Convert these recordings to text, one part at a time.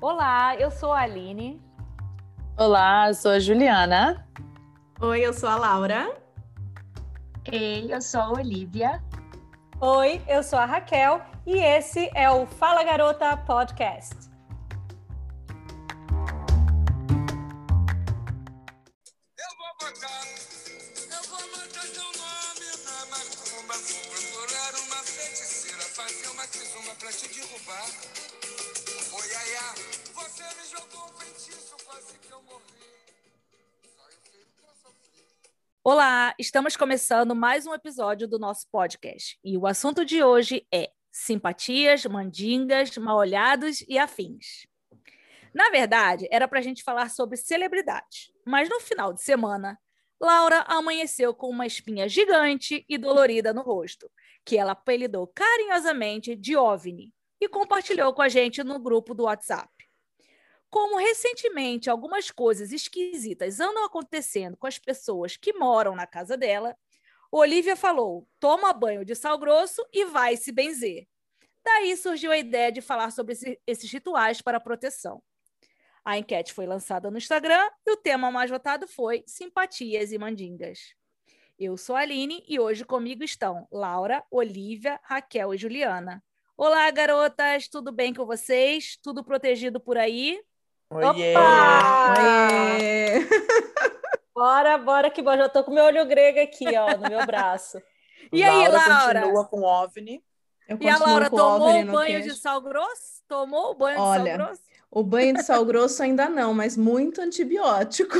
Olá, eu sou a Aline. Olá, eu sou a Juliana. Oi, eu sou a Laura. Ei, eu sou a Olivia. Oi, eu sou a Raquel e esse é o Fala Garota Podcast. Olá, estamos começando mais um episódio do nosso podcast e o assunto de hoje é simpatias, mandingas, mal-olhados e afins. Na verdade, era para a gente falar sobre celebridade, mas no final de semana, Laura amanheceu com uma espinha gigante e dolorida no rosto, que ela apelidou carinhosamente de OVNI e compartilhou com a gente no grupo do WhatsApp. Como recentemente algumas coisas esquisitas andam acontecendo com as pessoas que moram na casa dela, Olivia falou: toma banho de sal grosso e vai se benzer. Daí surgiu a ideia de falar sobre esse- esses rituais para proteção. A enquete foi lançada no Instagram e o tema mais votado foi Simpatias e Mandingas. Eu sou a Aline e hoje comigo estão Laura, Olivia, Raquel e Juliana. Olá, garotas, tudo bem com vocês? Tudo protegido por aí? Oiê! Opa! Oiê! Bora, bora que bora. Já tô com meu olho grego aqui, ó, no meu braço. E aí, Laura? continua com OVNI. Eu E a continuo Laura com tomou OVNI um o no banho de queixo. sal grosso? Tomou o banho de Olha. sal grosso? O banho de sal grosso ainda não, mas muito antibiótico.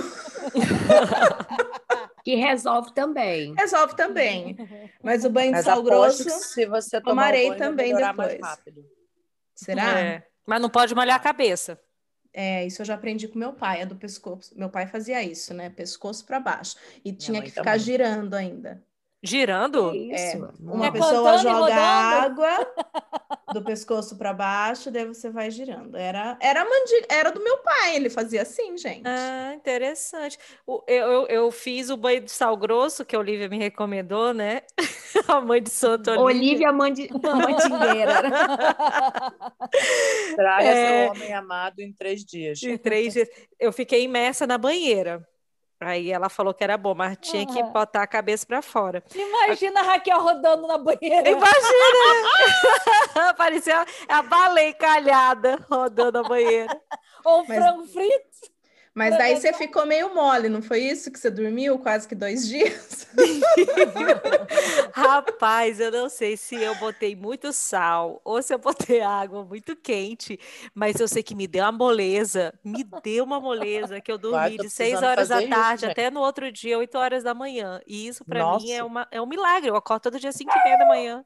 Que resolve também. Resolve também. Mas o banho de Mas sal aposto grosso, que se você tomar o tomarei banho, vai também melhorar depois. mais rápido. será? É. É, Mas não pode molhar a cabeça. isso eu já aprendi com meu pai, é do pescoço. Meu pai fazia isso, né? Pescoço para baixo. E tinha mãe que ficar também. girando ainda. Girando? Isso. Uma É pessoa contando e rodando? joga água do pescoço para baixo, daí você vai girando. Era era, mandi... era do meu pai, ele fazia assim, gente. Ah, interessante. O- Eu, eu, eu fiz o banho de sal grosso que a Olivia me recomendou, né? A mãe de Santo Olivia. Olivia Mandi... Mandingueira. Traga É. seu homem amado em três dias. De três dias. Eu fiquei imersa na banheira. Aí ela falou que era bom, mas tinha que Aham. botar a cabeça pra fora. Imagina a Raquel rodando na banheira. Imagina! né? Parecia a baleia calhada rodando a banheira. Ou um Mas- frango frito. Mas daí você ficou meio mole, não foi isso? Que você dormiu quase que dois dias? Rapaz, eu não sei se eu botei muito sal ou se eu botei água muito quente, mas eu sei que me deu uma moleza, me deu uma moleza que eu dormi tô de seis tá precisando horas da fazer isso, tarde gente. até no outro dia, oito horas da manhã. E isso pra mim é, Nossa. uma, é um milagre. Eu acordo todo dia cinco e meia da manhã.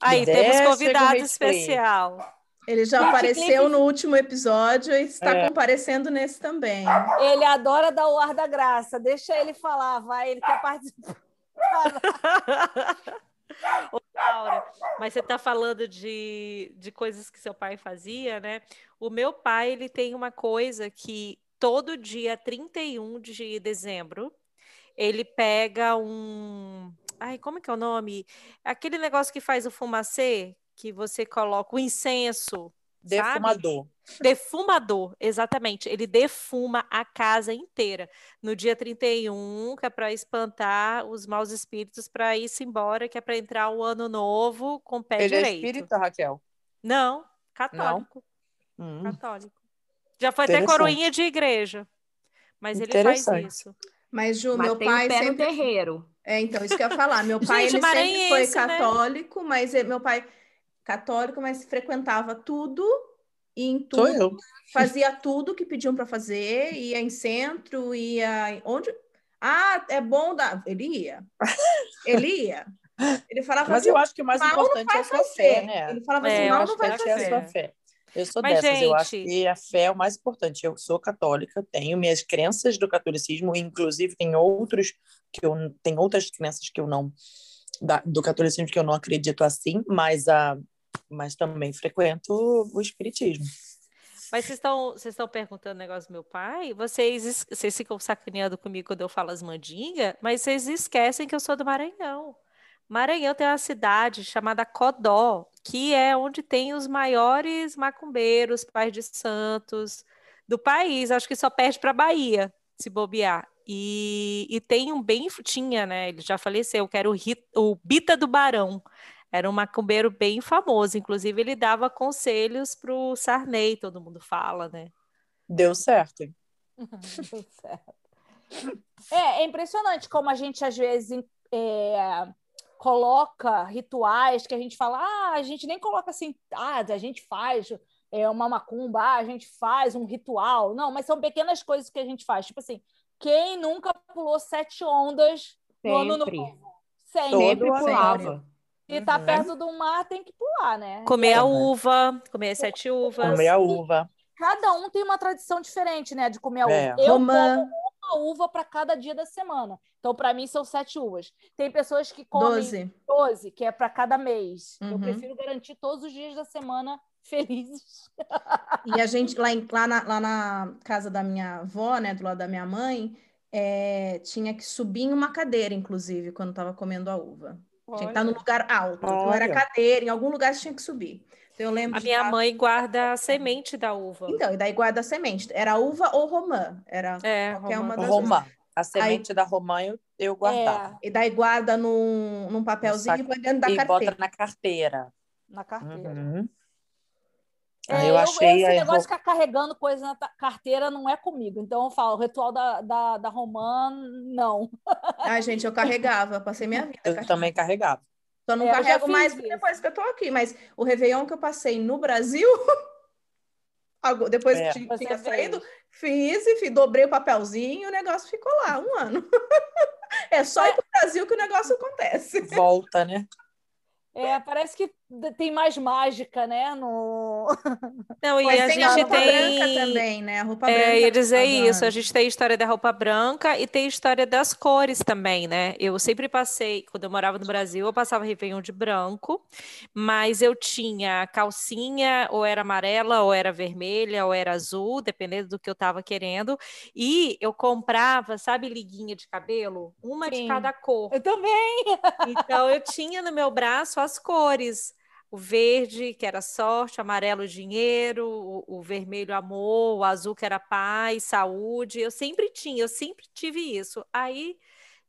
Aí Ideia, temos chega o convidado respeito. especial. Ele já Gente, apareceu clipe- no último episódio e está comparecendo nesse também. Ele adora dar o ar da graça. Deixa ele falar, vai. Ele quer participar. Ô, Laura, mas você está falando de, de coisas que seu pai fazia, né? O meu pai, ele tem uma coisa que todo dia 31 de dezembro, ele pega um... Ai, como é que é o nome? Aquele negócio que faz o fumacê, que você coloca o incenso, Defumador. defumador, exatamente. Ele defuma a casa inteira no dia 31, que é para espantar os maus espíritos para ir-se embora, que é para entrar o ano novo com o pé Ele é direito. espírita, Raquel? Não, católico, Hum. católico. Já foi até Interessante. coroinha de igreja. Mas ele faz Interessante. isso. Mas, Ju, Mas meu tem o pai pé no sempre. terreiro. É, então, isso que eu ia falar. Meu pai, Gente, ele sempre foi maranhense, né? católico, mas ele- meu pai católico, mas frequentava tudo e em Sou tudo, eu. fazia tudo que pediam para fazer, ia em centro, ia em- onde Ah, é bom dar, ele ia. Ele ia. Ele falava Mas assim, eu acho que o mais mal não importante é a vai sua fazer. fé, né? Ele falava É, assim, eu mal acho não que vai ela importante é a fazer. sua fé. Eu sou Mas, dessas, eu acho gente- que a fé é o mais importante. Eu sou católica, tenho minhas crenças do catolicismo, inclusive tem outros que eu tem outras crenças que eu não da- do catolicismo que eu não acredito assim, mas a mas também frequento o espiritismo. Mas vocês estão, vocês estão perguntando o negócio do meu pai? Vocês, es- vocês ficam sacaneando comigo quando eu falo as mandingas, mas vocês esquecem que eu sou do Maranhão. Maranhão tem uma cidade chamada Codó, que é onde tem os maiores macumbeiros, pais de santos do país. Acho que só perde para Bahia, se bobear. E, e, tem um bem, tinha, né? Ele já faleceu, que era o, Rita, o Bita do Barão. Era um macumbeiro bem famoso. Inclusive, ele dava conselhos para o Sarney, todo mundo fala, né? Deu certo. Deu certo. É, é impressionante como a gente, às vezes, é, coloca rituais que a gente fala, ah, a gente nem coloca assim, ah, a gente faz é, uma macumba, ah, a gente faz um ritual. Não, mas são pequenas coisas que a gente faz. Tipo assim, quem nunca pulou sete ondas Sempre. no ano novo? Sempre. Sempre pulava. E tá uhum. perto do mar, tem que pular, né? Comer a uva, comer as sete uvas. Comer a uva. E cada um tem uma tradição diferente, né? De comer a uva. É. Eu Romã. como uma uva para cada dia da semana. Então, para mim, são sete uvas. Tem pessoas que comem doze, 12 que é para cada mês. Uhum. Eu prefiro garantir todos os dias da semana felizes. E a gente, lá, em, lá, na, lá na casa da minha avó, né, do lado da minha mãe, é, tinha que subir em uma cadeira, inclusive, quando estava comendo a uva. Olha. Tinha que tá estar num lugar alto. Olha. Não era cadeira, em algum lugar tinha que subir. Então, eu lembro a minha tava... mãe guarda a semente da uva. Então, e daí guarda a semente. Era uva ou romã? Era é, qualquer romã. uma das romã. Duas. A semente Aí... da romã eu, eu guardava. É. E daí guarda num, num papelzinho e põe dentro da e carteira. E bota na carteira. Na carteira. Uhum. É, eu achei. Eu, esse negócio de ficar carregando coisa na carteira não é comigo. Então eu falo, o ritual da, da, da Romã, não. Ai, gente, eu carregava, passei minha vida. Eu também carregava. Só não é, carrego mais isso. depois que eu tô aqui, mas o Réveillon que eu passei no Brasil, depois é, que tinha saído, fez. fiz e fiz, dobrei o papelzinho e o negócio ficou lá um ano. é só é. ir pro Brasil que o negócio acontece. Volta, né? É, parece que tem mais mágica, né? No... Não, e Mas a gente a roupa tem... branca também, né? A roupa é, branca. ia dizer isso. Branca. A gente tem a história da roupa branca e tem a história das cores também, né? Eu sempre passei, quando eu morava no Brasil, eu passava Réveillon de branco, mas eu tinha calcinha, ou era amarela, ou era vermelha, ou era azul, dependendo do que eu tava querendo. E eu comprava, sabe, liguinha de cabelo? Uma Sim. de cada cor. Eu também! Então, eu tinha no meu braço as cores o verde, que era sorte, amarelo, dinheiro, o, o, vermelho, amor, o azul, que era paz, saúde. Eu sempre tinha, eu sempre tive isso. Aí,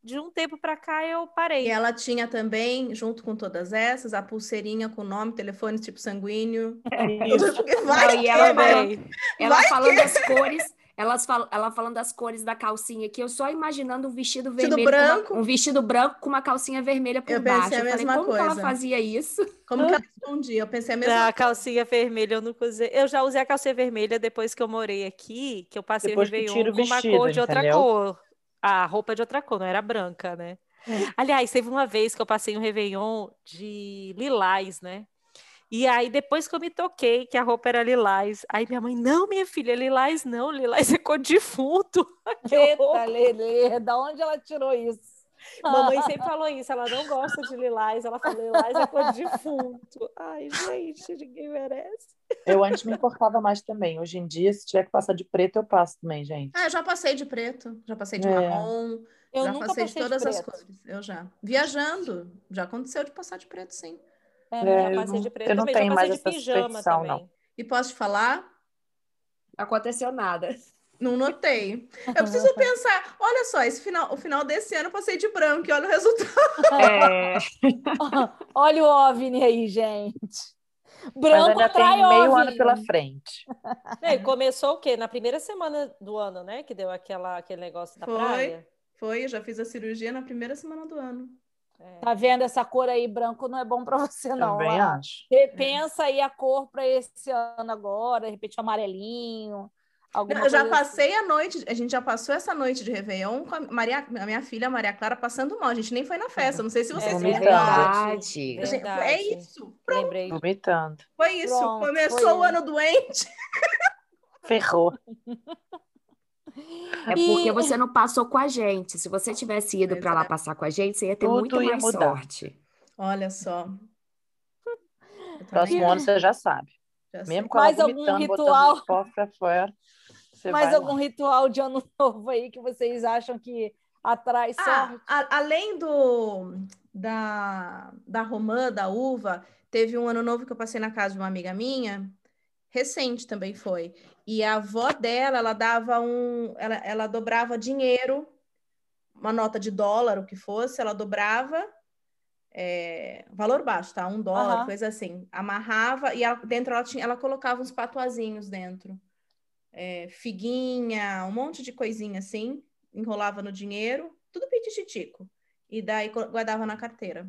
de um tempo para cá, eu parei. E ela tinha também, junto com todas essas, a pulseirinha com nome, telefone, tipo sanguíneo. É vai Não, e ela, né? vai, ela vai falando as cores elas falam, ela falando das cores da calcinha aqui, eu só imaginando um vestido vermelho. Vestido branco. Uma, um vestido branco com uma calcinha vermelha por eu baixo. Pensei a eu mesma falei, coisa. como ela fazia isso? Como que ela escondia? Eu pensei a mesma A calcinha vermelha eu nunca usei. Eu já usei a calcinha vermelha depois que eu morei aqui, que eu passei depois o Réveillon o vestido, com uma cor de outra entendeu? cor. A roupa de outra cor, não era branca, né? Hum. Aliás, teve uma vez que eu passei um Réveillon de lilás, né? E aí, depois que eu me toquei, que a roupa era lilás, aí minha mãe, não, minha filha, lilás não, lilás é cor defunto. Eita, Lelê, da onde ela tirou isso? Mamãe sempre falou isso, ela não gosta de lilás, ela falou lilás é cor defunto. Ai, gente, ninguém merece. Eu antes me importava mais também, hoje em dia, se tiver que passar de preto, eu passo também, gente. Ah, eu já passei de preto, já passei de é. marrom, eu já nunca passei, passei de todas de as cores, eu já. Viajando, já aconteceu de passar de preto, sim. É, é, eu passei de preto eu não também, tenho mais de essa pijama também. Não. E posso te falar? Aconteceu nada. Não notei. Eu preciso pensar. Olha só, esse final, o final desse ano eu passei de branco e olha o resultado. É. olha o OVNI aí, gente. Branco Mas atrai tem meio ano pela frente. É, começou o quê? Na primeira semana do ano, né? Que deu aquela, aquele negócio da foi, praia. Foi, eu já fiz a cirurgia na primeira semana do ano. É. Tá vendo essa cor aí branco não é bom para você não. Também lá. acho. Repensa é. aí a cor para esse ano agora, de repente amarelinho. Alguma eu já passei assim. a noite, a gente já passou essa noite de Réveillon com a, Maria, a minha filha, a Maria Clara, passando mal. A gente nem foi na festa, não sei se vocês é se verdade. verdade. Gente, é isso. Pronto. Lembrei. Vomitando. Foi isso. Pronto, Começou foi o ano doente. Ferrou. É porque e... você não passou com a gente. Se você tivesse ido para lá passar com a gente, você ia ter Tudo muito ia mais mudar. sorte. Olha só. Próximo ano você já sabe. Já sei. Mesmo com Mais ela algum vomitando, ritual? botando os pós pra fora, você Mais vai algum lá. ritual de ano novo aí que vocês acham que atrás Ah, a- além do da, da romã, da uva, teve um ano novo que eu passei na casa de uma amiga minha, recente também foi. E a avó dela, ela dava um, ela, ela dobrava dinheiro, uma nota de dólar, o que fosse, ela dobrava é, valor baixo, tá? Um dólar, Aham. coisa assim. Amarrava e ela- dentro ela tinha, ela colocava uns patuazinhos dentro. É, figuinha, um monte de coisinha assim enrolava no dinheiro, tudo pitititico. E daí co- guardava na carteira.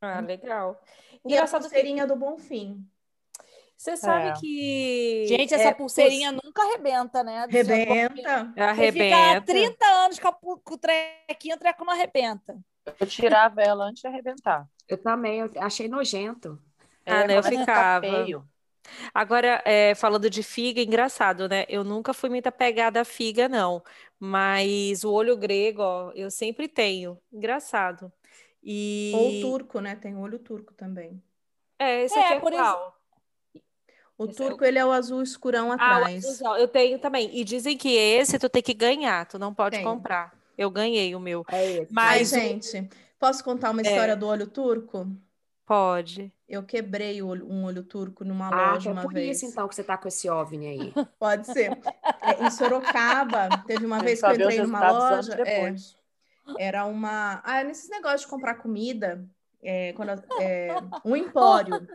Ah, legal. E a Engraçado que pulseirinha do Bonfim. você sabe É. que. Gente, é, essa pus- pulseirinha nunca arrebenta, né? é Do seu nome. Rebenta. Você fica há 30 anos com, a, pu- com o trequinho, o treco não arrebenta. Eu tirava ela antes de arrebentar. É, Eu também, eu achei nojento. Ah, né, eu mas fica ficava. feio. Agora, é, falando de figa, engraçado, né? Eu nunca fui muito apegada à figa, não. Mas o olho grego, ó, eu sempre tenho. Engraçado. E. Ou o turco, né? Tem o olho turco também. É, esse É, aqui é por isso- qual? O Esse é turco, ele é o azul escurão Ah, o atrás. azulzão, eu tenho também. E dizem que esse tu tem que ganhar, tu não pode Tem. comprar. Eu ganhei o meu. É esse. Ai, Mas- gente, posso contar uma história do olho turco? Pode. Eu quebrei o olho- um olho turco numa Ah, loja é uma por vez. isso então que você tá com esse OVNI aí. Pode ser. É, em Sorocaba, teve uma Tem vez que que eu saber os entrei numa resultados anos loja. é, depois. era uma. Ah, nesses negócios de comprar comida, é, quando eu- é, um empório.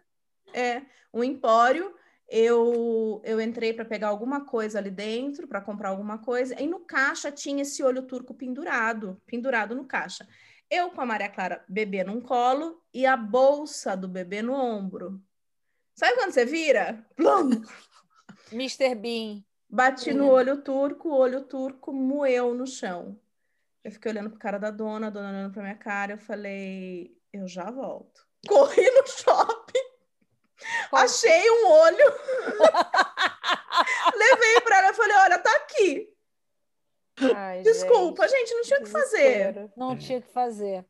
É, um empório. Eu, eu entrei para pegar alguma coisa ali dentro, para comprar alguma coisa, e no caixa tinha esse olho turco pendurado, pendurado no caixa. Eu com a Maria Clara, bebê num colo e a bolsa do bebê no ombro. Sabe quando você vira? Plum! Mr. Bean. Bati no olho turco, o olho turco moeu no chão. Eu fiquei olhando pro cara da dona, a dona olhando pra minha cara, eu falei, eu já volto. Corri no shopping, achei um olho, levei pra ela e falei, olha, tá aqui. Ai, Desculpa, gente, não tinha o que fazer. desespero. É. Não tinha o que fazer.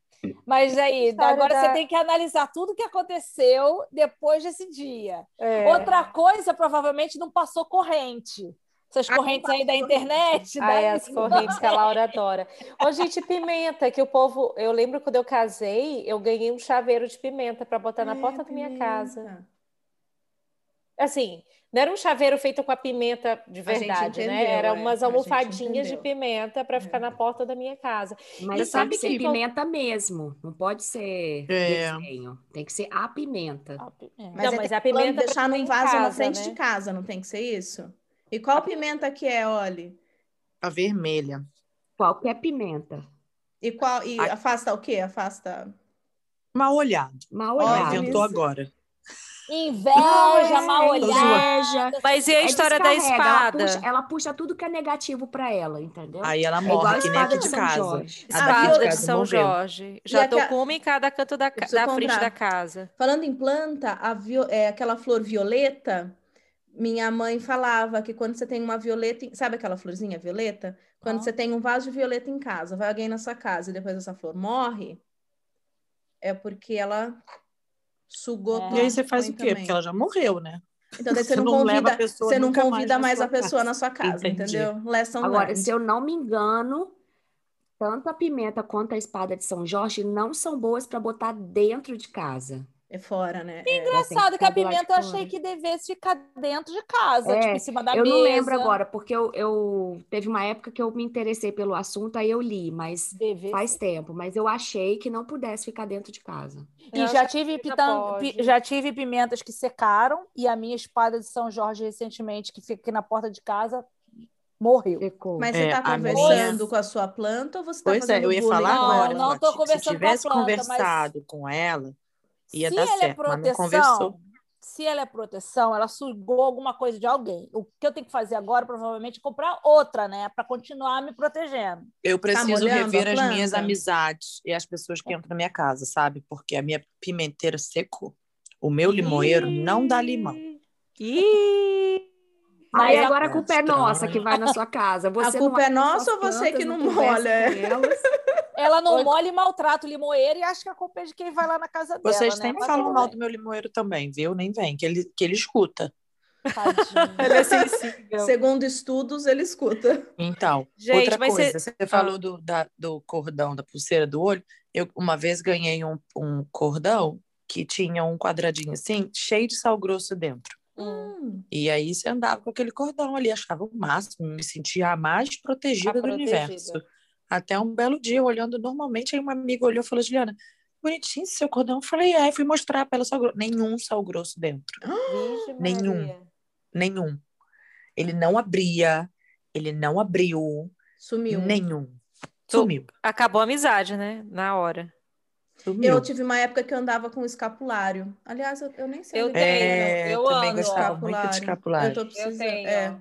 Mas aí, História agora da- você tem que analisar tudo o que aconteceu depois desse dia. É. Outra coisa, provavelmente não passou corrente. Essas Ah, não correntes aí da passou. internet. Ah, daí- é, as correntes que a Laura adora. Ô, gente, pimenta, que o povo. Eu lembro quando eu casei, eu ganhei um chaveiro de pimenta para botar tá na É, porta da minha pimenta. casa. Assim, não era um chaveiro feito com a pimenta de A gente verdade, né? entendeu, Era é, a umas gente almofadinhas de entendeu. pimenta para ficar É. na porta da minha casa. Mas E tem sabe que ser que- pimenta mesmo. Não pode ser É. desenho. Tem que ser a pimenta. É. Mas, Não, é mas tem a que pimenta deixar pra num ter em vaso na casa, frente né? de casa, não tem que ser isso? E qual pimenta que é, Oli? A vermelha. Qualquer pimenta. E qual e afasta o quê? Afasta Mal olhado. Mal Olha, Ela olhado. inventou isso. agora. Inveja, mal olhada. Inveja. Mas e a É história da descarrega, ela espada? puxa, ela puxa tudo que é negativo pra ela, entendeu? Aí ela é igual a morre, que nem espada aqui de de São casa. Jorge. A daqui Espada de de casa São morreu. Jorge. Já aqui tô a- com uma em cada canto da, ca- preciso da frente comprar. da casa. Falando em planta, a vio- é, aquela flor violeta, minha mãe falava que quando você tem uma violeta, em- sabe aquela florzinha violeta? Quando Ah. você tem um vaso de violeta em casa, vai alguém na sua casa e depois essa flor morre, é porque ela sugou É. tudo. E aí você que faz foi o quê? também. Porque ela já morreu, né? Então daí você, você não não leva convida, a pessoa você não nunca mais convida na mais, a sua pessoa casa. na sua casa, Entendi. entendeu? Uhum. Lesson Agora, learned. se eu não me engano, tanto a pimenta quanto a espada de São Jorge não são boas pra botar dentro de casa. É fora, né? É. Engraçado que a pimenta eu achei que que devesse ficar dentro de casa, É, tipo em cima da Eu mesa. não lembro agora, porque eu, eu- teve uma época que eu me interessei pelo assunto, aí eu li, mas Devesse. faz tempo, mas eu achei que não pudesse ficar dentro de casa. E Eu já acho que tive, pimenta pitan- pi- pode. já tive pimentas que secaram e a minha espada de São Jorge recentemente, que fica aqui na porta de casa, morreu. Ficou. Mas você É, está a minha- conversando com a sua planta ou você está Pois é, fazendo eu ia bullying falar com Não, agora. ela? não tô Flatinha, Se conversando com a tivesse planta, mas- conversado com ela, ia se dar ela é certo, mas não proteção, conversou. se ela é proteção, ela sugou alguma coisa de alguém. O que eu tenho que fazer agora, provavelmente, é comprar outra, né? Para continuar me protegendo. Eu preciso molhando a rever as minhas planta? amizades e as pessoas que entram na minha casa, sabe? Porque a minha pimenteira secou. O meu limoeiro não dá limão. Ih! Aí Mas a- agora a culpa é Estranho. nossa que vai na sua casa. Você não culpa é olha nas nossa suas ou você que plantas, não conversa molha? com elas? Ela não molha e maltrata o limoeiro e acha que a culpa é de quem vai lá na casa dela. Vocês né? sempre Mas falam tudo mal bem. do meu limoeiro também, viu? Nem vem, que ele, que ele escuta. Ele é sensível. Segundo estudos, ele escuta. Então, Gente, outra mas coisa, você falou do, da- do cordão, da pulseira do olho. Eu uma vez ganhei um, um cordão que tinha um quadradinho assim, cheio de sal grosso dentro. Hum, E aí você andava com aquele cordão ali, achava o máximo, me sentia a mais protegida A do protegida. universo. Até um belo dia, eu olhando normalmente, aí uma amiga olhou e falou, Juliana, bonitinho esse seu cordão. Eu falei, é, fui mostrar pra ela sal grosso. Nenhum sal grosso dentro, Vixe, Nenhum. Maria. nenhum. Ele não abria, ele não abriu, sumiu. nenhum. Tu- Sumiu. Acabou a amizade, né? Na hora. Eu tive uma época que eu andava com um escapulário. Aliás, eu, eu nem sei. Eu onde tenho, É, eu também amo. gostava muito de Eu escapulário. tô Eu precisando. tenho. é, eu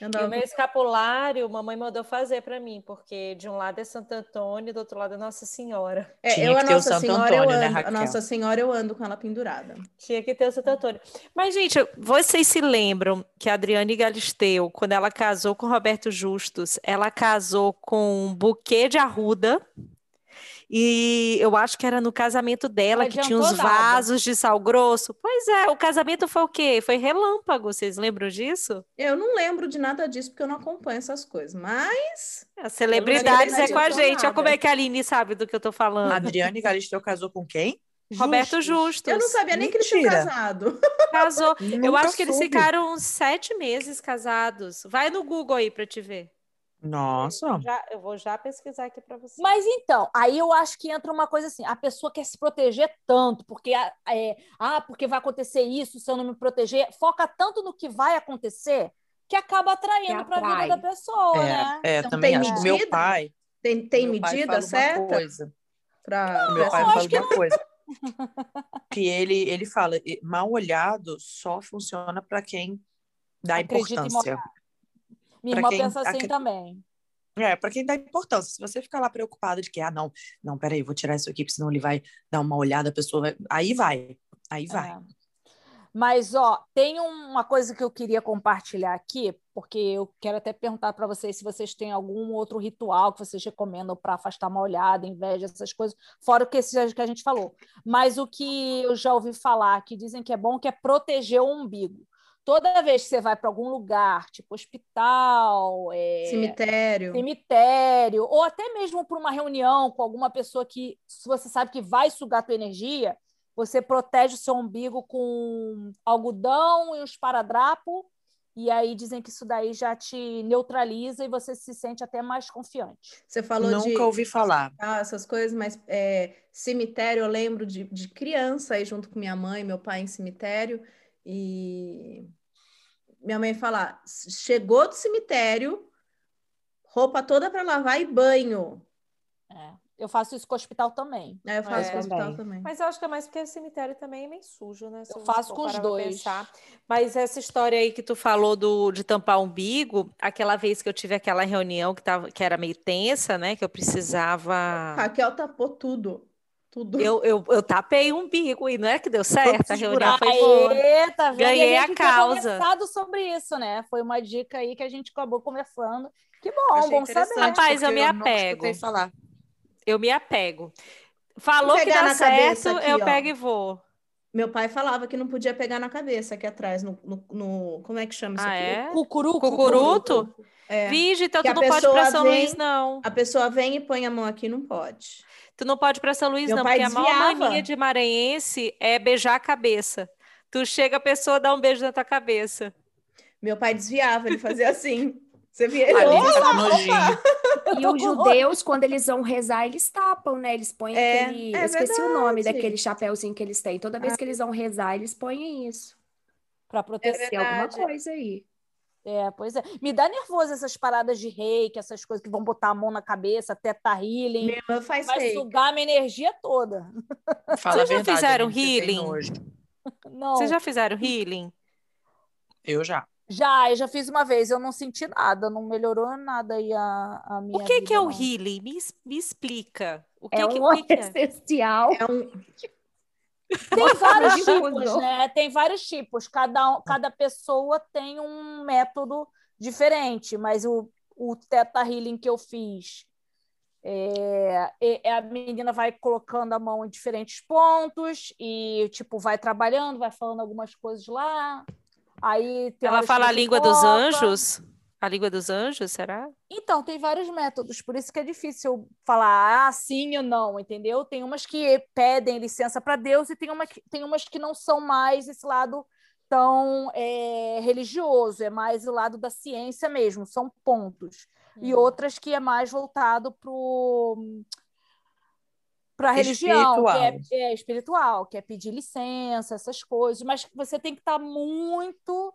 E andava o meu escapulário, mamãe mandou fazer pra mim, porque de um lado é Santo Antônio, do outro lado é Nossa Senhora. É, Tinha eu, a que ter o Nossa Santo Senhora, eu Antônio, né, ando, a Raquel? Nossa Senhora, eu ando com ela pendurada. Tinha que ter o Santo Antônio. Mas, gente, vocês se lembram que a Adriane Galisteu, quando ela casou com Roberto Justus, ela casou com um buquê de arruda. E eu acho que era no casamento dela Não que tinha uns adiantou nada. vasos de sal grosso. Pois é, o casamento foi o quê? Foi relâmpago, vocês lembram disso? Eu não lembro de nada disso porque eu não acompanho essas coisas, mas As celebridades é adiantou com a gente. Olha nada. como é que a Aline sabe do que eu tô falando. Adriane Galisteu casou com quem? Roberto Justus. eu não sabia nem que eles tinham Mentira. casado. casou. eu Nunca acho que eles soube. ficaram uns sete meses casados. Vai no Google aí pra te ver. Nossa. Já- eu vou já pesquisar aqui pra você. Mas então, aí eu acho que entra uma coisa assim: a pessoa quer se proteger tanto, porque a- é, ah, porque vai acontecer isso se eu não me proteger. Foca tanto no que vai acontecer que acaba atraindo Que para a atrai. vida da pessoa, né? É, é Então, também tem acho que medida? meu pai. Tem, tem meu pai medida fala uma certa coisa. para Meu pai eu acho fala uma coisa. Que ele, ele fala, e mal olhado só funciona para quem dá Acredita em importância. Minha pra irmã quem pensa assim acre- também. É, para quem dá importância. Se você ficar lá preocupada de que, ah, não, não, peraí, vou tirar isso aqui, porque senão ele vai dar uma olhada, a pessoa vai. Aí vai, aí vai. É. Mas, ó, tem um, uma coisa que eu queria compartilhar aqui, porque eu quero até perguntar para vocês se vocês têm algum outro ritual que vocês recomendam para afastar mal olhada, inveja, essas coisas, fora o que, esse- que a gente falou. Mas o que eu já ouvi falar, que dizem que é bom, que é proteger o umbigo. Toda vez que você vai para algum lugar, tipo hospital, é, cemitério. cemitério, ou até mesmo para uma reunião com alguma pessoa que se você sabe que vai sugar a tua energia, você protege o seu umbigo com algodão e um esparadrapo, e aí dizem que isso daí já te neutraliza e você se sente até mais confiante. Você falou Nunca de ouvi falar. ah, essas coisas, mas é, cemitério eu lembro de, de criança aí junto com minha mãe, meu pai em cemitério e minha mãe falar, chegou do cemitério, roupa toda para lavar e banho. É. Eu faço isso com o hospital também. Aí eu faço É, com o hospital também. também. Mas eu acho que é mais porque o cemitério também é meio sujo, né? Se Eu você faço for com os parar pra dois. pensar. Mas essa história aí que tu falou do, de tampar o umbigo, aquela vez que eu tive aquela reunião que, tava, que era meio tensa, né? Que eu precisava. Raquel tapou tudo, tudo. Ah. Eu, eu, eu tapei o umbigo e não é que deu certo, a os reunião Ah, foi boa. Aê, tá vendo? Ganhei E a gente causa. Tinha conversado sobre isso, né? Foi uma dica aí que a gente acabou conversando. Que bom, Achei bom interessante, saber. Rapaz, eu porque me nunca escutei apego. falar. Eu me apego. Falou que pegar dá na cabeça certo, aqui, eu ó. pego e vou. Meu pai falava que não podia pegar na cabeça aqui atrás, no, no- no- como é que chama isso Ah, aqui? é? Cucuru, Cucuruto? É. Vige, então Que tu a não pode pra pessoa São vem- Luís, não. A pessoa vem e põe a mão aqui, não pode. Tu não pode ir pra São Luís, Meu não, pai porque a maior desviava. mania de maranhense é beijar a cabeça. Tu chega, a pessoa dá um beijo na tua cabeça. Meu pai desviava, ele fazia assim. Você via ele? Ah, "Ô, ele fica com nojinho. E tô os com nojo. judeus, quando eles vão rezar, eles tapam, né? Eles põem É, aquele. é eu esqueci o nome verdade. Ah. daquele chapéuzinho que eles têm. Toda vez que eles vão rezar, eles põem isso. Pra proteção. Tem alguma É Verdade. coisa aí. É, pois é. Me dá nervoso essas paradas de reiki, essas coisas que vão botar a mão na cabeça, teta healing. Minha irmã faz vai reiki. sugar a minha energia toda. Fala Vocês a já verdade, fizeram amiga, você tem healing? nojo. Oh, Não. Vocês já fizeram healing? Eu já. Já, eu já fiz uma vez, eu não senti nada, não melhorou nada aí a, a minha O que, que é o rim? healing? Me, es- me explica. O que É que, um o que que é? ancestral. É um- Tem vários tipos, Confuso. né? Tem vários tipos. Cada, É. um- cada pessoa tem um método diferente, mas o, o Theta Healing que eu fiz, é, é- é a menina vai colocando a mão em diferentes pontos e, tipo, vai trabalhando, vai falando algumas coisas lá. Aí Ela fala é a língua dos anjos? A língua dos anjos, será? Então, tem vários métodos, por isso que é difícil falar ah, sim ou não, entendeu? Tem umas que pedem licença para Deus e tem, uma, que- tem umas que não são mais esse lado tão é, religioso, é mais o lado da ciência mesmo, são pontos. E outras que é mais voltado para a religião, Espiritual. que é, é espiritual, que é pedir licença, essas coisas, mas você tem que estar muito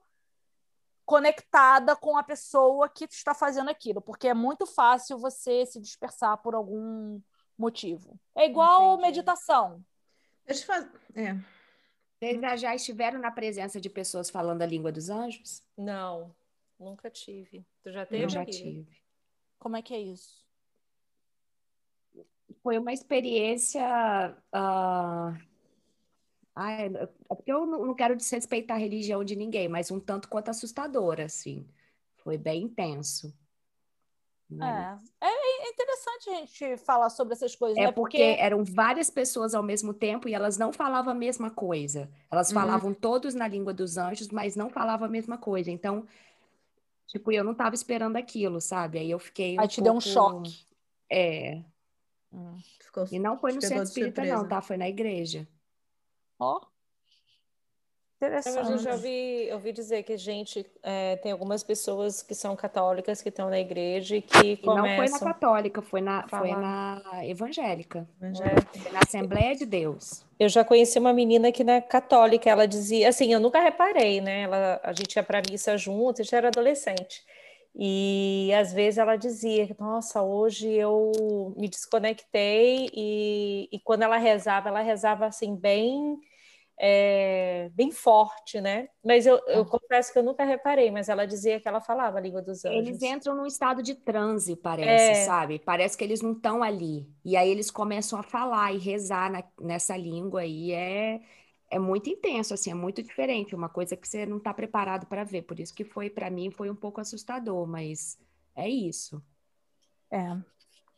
conectada com a pessoa que está fazendo aquilo, porque é muito fácil você se dispersar por algum motivo. É igual Entendi. meditação. Deixa eu fazer. É. Vocês já- já estiveram na presença de pessoas falando a língua dos anjos? Não, nunca tive. Tu já Eu teve? já Gui? tive. Como é que é isso? Foi uma experiência. ah, ai, eu- é porque eu não não quero desrespeitar a religião de ninguém, mas um tanto quanto assustadora, assim. Foi bem intenso. né? É, é interessante a gente falar sobre essas coisas, É, né? porque eram várias pessoas ao mesmo tempo e elas não falavam a mesma coisa. Elas falavam todos na língua dos anjos, mas não falavam a mesma coisa. Então, tipo, eu não estava esperando aquilo, sabe? Aí eu fiquei. Aí um te deu um pouco- choque. É. Ficou... E não foi no Te pegou centro de espírita, não, surpresa. tá? Foi na igreja. Ó. É, Mas eu Interessante. já ouvi, ouvi dizer que, gente, é, tem algumas pessoas que são católicas que estão na igreja e que E não foi na começam. católica, foi na, foi Falar. na evangélica, Evangelho. né? foi na Assembleia de Deus. Eu já conheci uma menina que na católica ela dizia, assim, eu nunca reparei, né? Ela, a gente ia para missa junto, a gente era adolescente. E às vezes ela dizia, nossa, hoje eu me desconectei e, e quando ela rezava, ela rezava assim bem, é, bem forte, né? Mas eu, eu confesso que eu nunca reparei, mas ela dizia que ela falava a língua dos anjos. Eles entram num estado de transe, parece, Então, É. sabe? Parece que eles não estão ali. E aí eles começam a falar e rezar na- nessa língua e é, é muito intenso, assim, é muito diferente, uma coisa que você não está preparado para ver. Por isso que foi, para mim, foi um pouco assustador, mas é isso. É.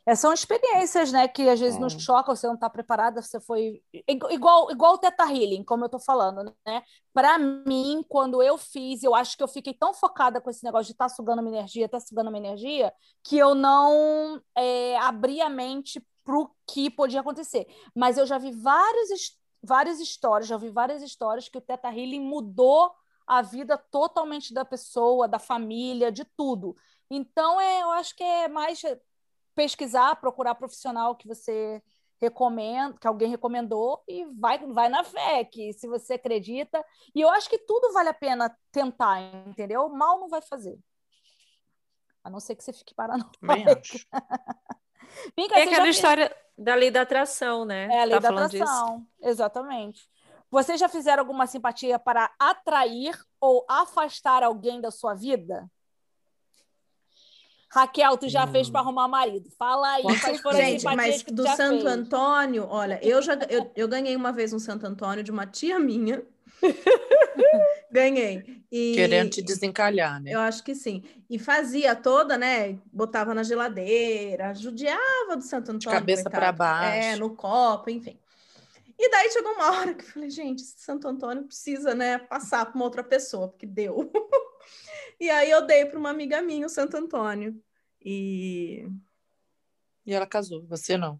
É, são experiências, né, que às vezes É. nos chocam, você não está preparada, você foi Igu- igual igual o Teta Healing, como eu estou falando, né? Para mim, quando eu fiz, eu acho que eu fiquei tão focada com esse negócio de estar sugando minha energia, tá sugando minha energia, que eu não é, abri a mente pro que podia acontecer. Mas eu já vi várias his- várias histórias, já vi várias histórias que o Teta Healing mudou a vida totalmente da pessoa, da família, de tudo. Então, é, eu acho que é mais é, pesquisar, procurar profissional que você recomenda, que alguém recomendou e vai, vai na fé, que se você acredita. E eu acho que tudo vale a pena tentar, entendeu? Mal não vai fazer. A não ser que você fique paranoico. Também acho. Vem cá, É assim você aquela já- história da lei da atração, né? É a lei Tá da falando disso. atração, exatamente. Vocês já fizeram alguma simpatia para atrair ou afastar alguém da sua vida? Raquel, tu já fez para arrumar marido. Fala aí, quais foram as Hum. Gente, simpatias mas que tu do já Santo fez? Antônio, olha, eu já eu, eu ganhei uma vez um Santo Antônio de uma tia minha. ganhei. E Querendo te desencalhar, né? eu acho que sim. E fazia toda, né? Botava na geladeira, judiava do Santo Antônio. cabeça pra coitado. baixo. É, no copo, enfim. E daí chegou uma hora que eu falei, gente, esse Santo Antônio precisa, né, passar para uma outra pessoa, porque deu. e aí eu dei para uma amiga minha o Santo Antônio. E E ela casou, você não.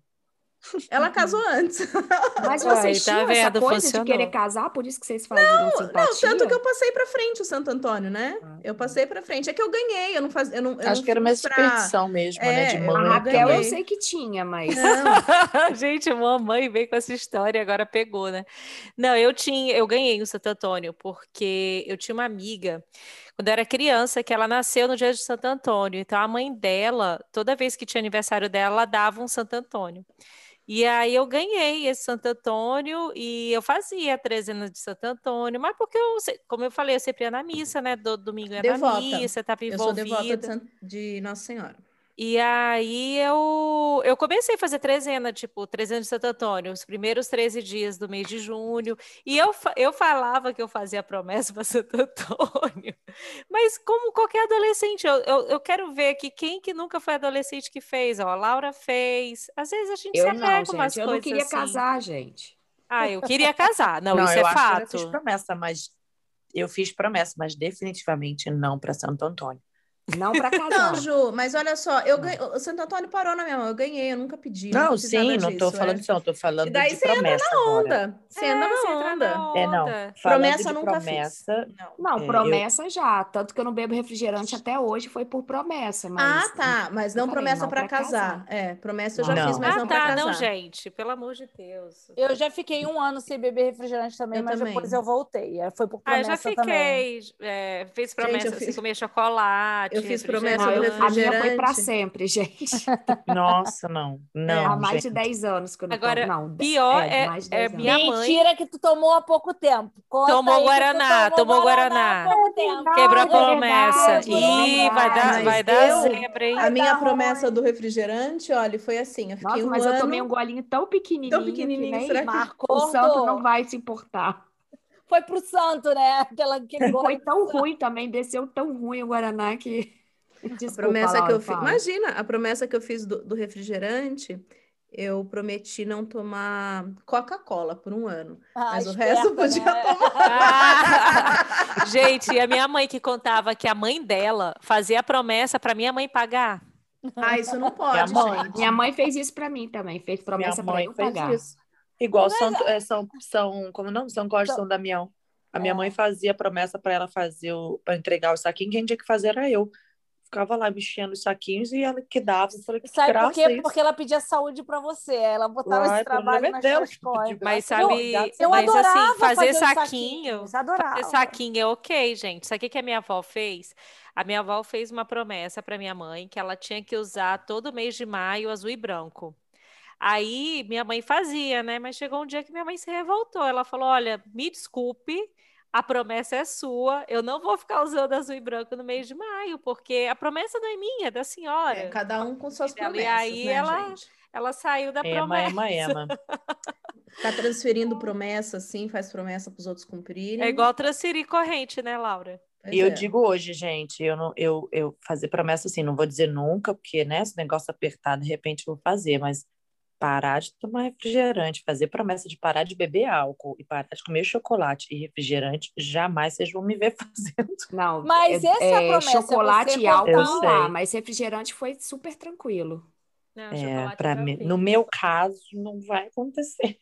Uhum. ela casou antes. Mas Uai, vocês tá tinham essa vendo? coisa de Funcionou. querer casar, por isso que vocês faziam Não, tanto simpatia? que eu passei pra frente o Santo Antônio, né? Ah, Eu passei pra frente. É que eu ganhei, eu não fazia. Eu não, eu tá. Acho não que era uma fiz pra... superstição mesmo, né? De É, A mãe. Ah, Raquel eu também. sei que tinha, mas Não, Gente, mamãe veio com essa história, e agora pegou, né? Não, eu tinha, eu ganhei o Santo Antônio porque eu tinha uma amiga quando eu era criança que ela nasceu no dia de Santo Antônio. Então a mãe dela, toda vez que tinha aniversário dela, ela dava um Santo Antônio. E aí eu ganhei esse Santo Antônio e eu fazia a trezena de Santo Antônio, mas porque eu, se- como eu falei, eu sempre ia na missa, né? Do domingo ia na Devota. missa, estava eu sou devota envolvida. de, San- de Nossa Senhora. E aí eu, eu comecei a fazer trezena, tipo, trezena de Santo Antônio, os primeiros 13 dias do mês de junho. E eu, fa- eu falava que eu fazia promessa para Santo Antônio. Mas como qualquer adolescente, eu, eu, eu quero ver aqui quem que nunca foi adolescente que fez. Ó, a Laura fez. Às vezes a gente se eu apega a não, umas gente. Eu não coisas queria assim. casar, gente. Ah, eu queria casar. Não, Não, isso eu é acho que eu já fiz fato. promessa, mas eu fiz promessa, mas definitivamente não para Santo Antônio. Não pra casar. Tá Não, Ju, mas olha só, eu ganhei, o Santo Antônio parou na minha mão, eu ganhei, eu nunca pedi. não, nunca fiz sim, nada não tô disso, falando é. disso, não, tô falando E daí de você entra promessa na agora. onda. Você anda, você entra anda. É, não. onda. Falando Promessa de eu nunca fiz. promessa, Não. Não, É, promessa já. Tanto que eu não bebo refrigerante até hoje, foi por promessa, mas. Ah, tá, mas não Também, promessa não pra pra casar. É, promessa eu já Não. fiz, mas Ah, não pra tá, casar. não, gente, pelo amor de Deus. Eu já fiquei um ano sem beber refrigerante também, Eu mas também. depois eu voltei. Aí Foi por Ah, eu promessa já também. fiquei. É, fiz promessa eu assim, fiz- comer chocolate. eu fiz refrigerante. promessa Não, eu- a minha foi pra É refrigerante. sempre, gente. Nossa, não. É. Não, Há mais de gente. 10 anos que eu não Agora, tomo. Não, pior é- mais de é 10 anos. minha mãe- Mentira que tu tomou há pouco tempo. Conta Tomou aí que tu Guaraná, tomou Guaraná. há pouco tempo. Quebrou a Verdade, promessa. verdade, Ih, vai dar, mas vai dar eu- zebra, hein? A minha dar promessa do refrigerante, olha, foi assim, eu fiquei Nossa, um mas ano... eu tomei um golinho tão pequenininho, Tão pequenininho, que nem será que- marcou. O Gordo. santo não vai se importar. Foi pro santo, né? Aquela, aquele gole. Foi tão ruim também, desceu tão ruim o Guaraná que. Desculpa, A promessa que Laura, eu fiz. fala. Imagina, a promessa que eu fiz do, do refrigerante, eu prometi não tomar Coca-Cola por um ano. Ah, mas o esperta, resto podia né? tomar. Ah! Gente, e a minha mãe que contava que a mãe dela fazia a promessa pra minha mãe pagar. Ah, isso É não pode, Minha mãe. gente. Minha mãe fez isso pra mim também, fez promessa pra mãe um eu fez pagar. isso. Igual Santo, é, São, São, como não? São Jorge, São Damião. A É. minha mãe fazia promessa para ela fazer o, para entregar os saquinhos, quem tinha que fazer era eu. Ficava lá mexendo os saquinhos e ela que dava, eu falei, que Sabe por graça quê? isso. Porque ela pedia saúde pra você. Ela botava Ai, esse pelo trabalho amor nas de Deus, suas costas. que Mas graça. sabe, Eu mas assim, adorava fazer os saquinho, saquinhos, adorava. fazer saquinho é ok, gente. Sabe o que que a minha avó fez? A minha avó fez uma promessa pra minha mãe que ela tinha que usar todo mês de maio azul e branco. Aí minha mãe fazia, né? Mas chegou um dia que minha mãe se revoltou. Ela falou: Olha, me desculpe, a promessa é sua. Eu não vou ficar usando azul e branco no mês de maio, porque a promessa não é minha, é da senhora. É, cada um com suas E dela- e promessas, aí né, ela- gente? Ela saiu é da Ema, promessa. ema, ema. Ficar transferindo promessa, assim, faz promessa para os outros cumprirem. É igual transferir corrente, né, Laura? Pois E eu é. digo hoje, gente, eu não, eu, eu fazer promessa assim, não vou dizer nunca, porque, né, esse negócio apertado, de repente eu vou fazer, mas parar de tomar refrigerante, fazer promessa de parar de beber álcool e parar de comer chocolate e refrigerante, jamais vocês vão me ver fazendo. Não, Mas essa é a promessa, Chocolate você e álcool botar- não Eu sei. dá, mas refrigerante foi super tranquilo. Não, É, Né, Ah, chocolate para já mim, fiz. no meu caso, não vai acontecer.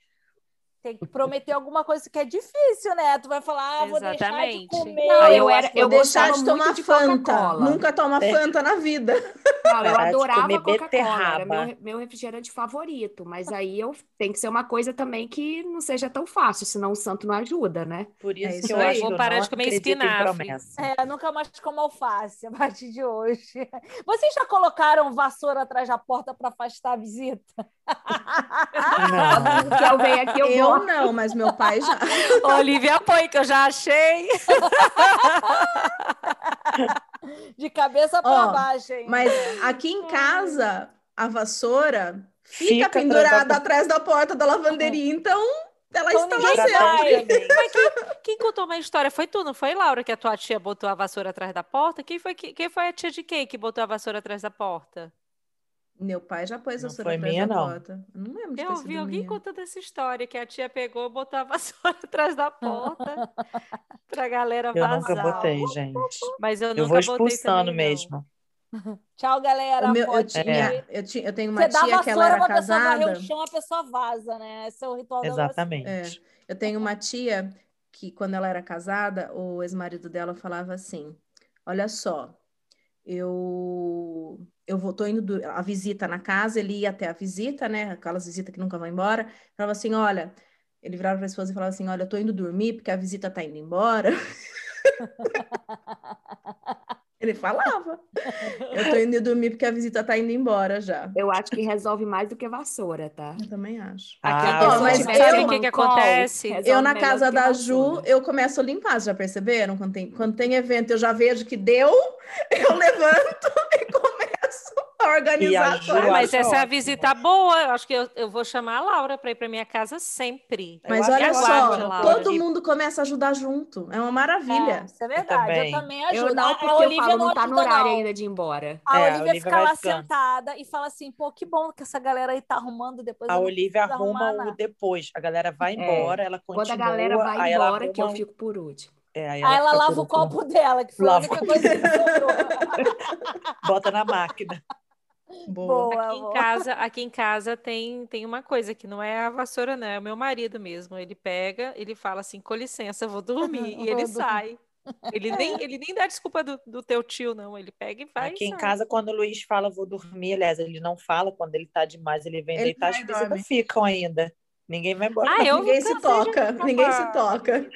Tem que prometer alguma coisa que é difícil, né? Tu vai falar, ah, vou deixar de Exatamente. comer. Não, eu, eu era, acho que eu Vou deixar gostava de muito tomar de Fanta. Coca-Cola. Nunca toma É. Fanta na vida. Não, eu Parar de adorava comer Coca-Cola, era meu, beterraba. re- meu refrigerante favorito, mas aí eu tem que ser uma coisa também que não seja tão fácil, senão o santo não ajuda, né? Por É isso, isso que eu aí. acho Vou que eu parar não de comer acredito em espinafre. promessa. É, nunca mais como alface a partir de hoje. Vocês já colocaram vassoura atrás da porta para afastar a visita? Ah, Não. Então, Que eu venho aqui, eu, Eu vou. não, mas meu pai já. Olivia apoio que eu já achei. De cabeça para Ó, baixo, hein? Mas aqui em casa, a vassoura fica, Fica pendurada atrás atrás da porta da lavanderia, então ela Então está lá ninguém Pra sempre. vai. sempre. Quem contou uma história? Foi tu, não foi, Laura, que a tua tia botou a vassoura atrás da porta? Quem foi, que- quem foi a tia de quem que botou a vassoura atrás da porta? Meu pai já pôs a Não vassoura foi atrás minha, da não. porta. Eu não lembro de ter Eu sido vi alguém minha. contando essa história, que a tia pegou e botou a vassoura atrás da porta pra galera Eu vazar. nunca botei, gente. Mas eu nunca Eu vou botei expulsando também, não. mesmo. Tchau, galera. O meu- eu, pode ir. tinha, eu, tinha, eu tenho uma Você dá tia que ela vassoura, era uma pessoa varrer casada. o chão, a pessoa vaza, né? Esse é o ritual da vassoura. É. Exatamente. Eu tenho uma tia que, quando ela era casada, o ex-marido dela falava assim: Olha só, eu eu vou, tô indo do- a visita na casa, ele ia até a visita, né? Aquelas visitas que nunca vão embora. Falava assim: Olha, ele virava para a esposa e falava assim: Olha, eu tô indo dormir porque a visita tá indo embora. Ele falava: Eu tô indo dormir porque a visita tá indo embora já. Eu acho que resolve mais do que vassoura, tá? Então, Eu também acho. Aqui Ah, a Ó, pessoa mas tiver- sabe eu- o que, que um Mancol, acontece? resolve Eu, na melhor casa do que da Ju, vassoura. eu começo a limpar, vocês já perceberam? Quando tem, quando tem evento, eu já vejo que deu, eu levanto e começo a organizar E a a Ju Ah, Eu coisa. mas acho essa é a ótimo. visita boa. Eu acho que eu, eu vou chamar a Laura pra ir pra minha casa sempre. Eu Mas acho olha que é né, aguarde, só, Laura. todo mundo começa a ajudar junto. É uma É, maravilha. isso é verdade. Eu também. também, ajudo. Ah, Eu não, a porque eu Olivia falo, não não tá no ajuda, horário não. ainda de ir embora. A É, a Olivia, Olivia fica vai lá ficando. sentada e fala assim, pô, que bom que essa galera aí tá arrumando depois. A eu não Olivia precisa arrumar arruma o nada. depois. A galera vai É. embora, ela continua. Quando a galera vai aí ela embora, que eu arruma o- fico por último. É, aí Aí ela fica lava por o copo dela, que foi Lava a o única coisa que sobrou. Bota na máquina. É. Boa. Boa, Aqui em boa. casa, aqui em casa tem, tem uma coisa que não é a vassoura, não, é o meu marido mesmo. Ele pega, ele fala assim, com licença, vou dormir, e Vou ele dormir. sai. Ele nem, ele nem dá desculpa do, do teu tio, não. Ele pega e vai. e Aqui em sai. casa, quando o Luiz fala, vou dormir, aliás, ele não fala, quando ele tá demais, ele vem Ele deitar, as vai e visitas dorme. ficam ainda. Ninguém vai embora. Ah, eu nunca ninguém se sei, gente, toca, nunca ninguém falo. se toca.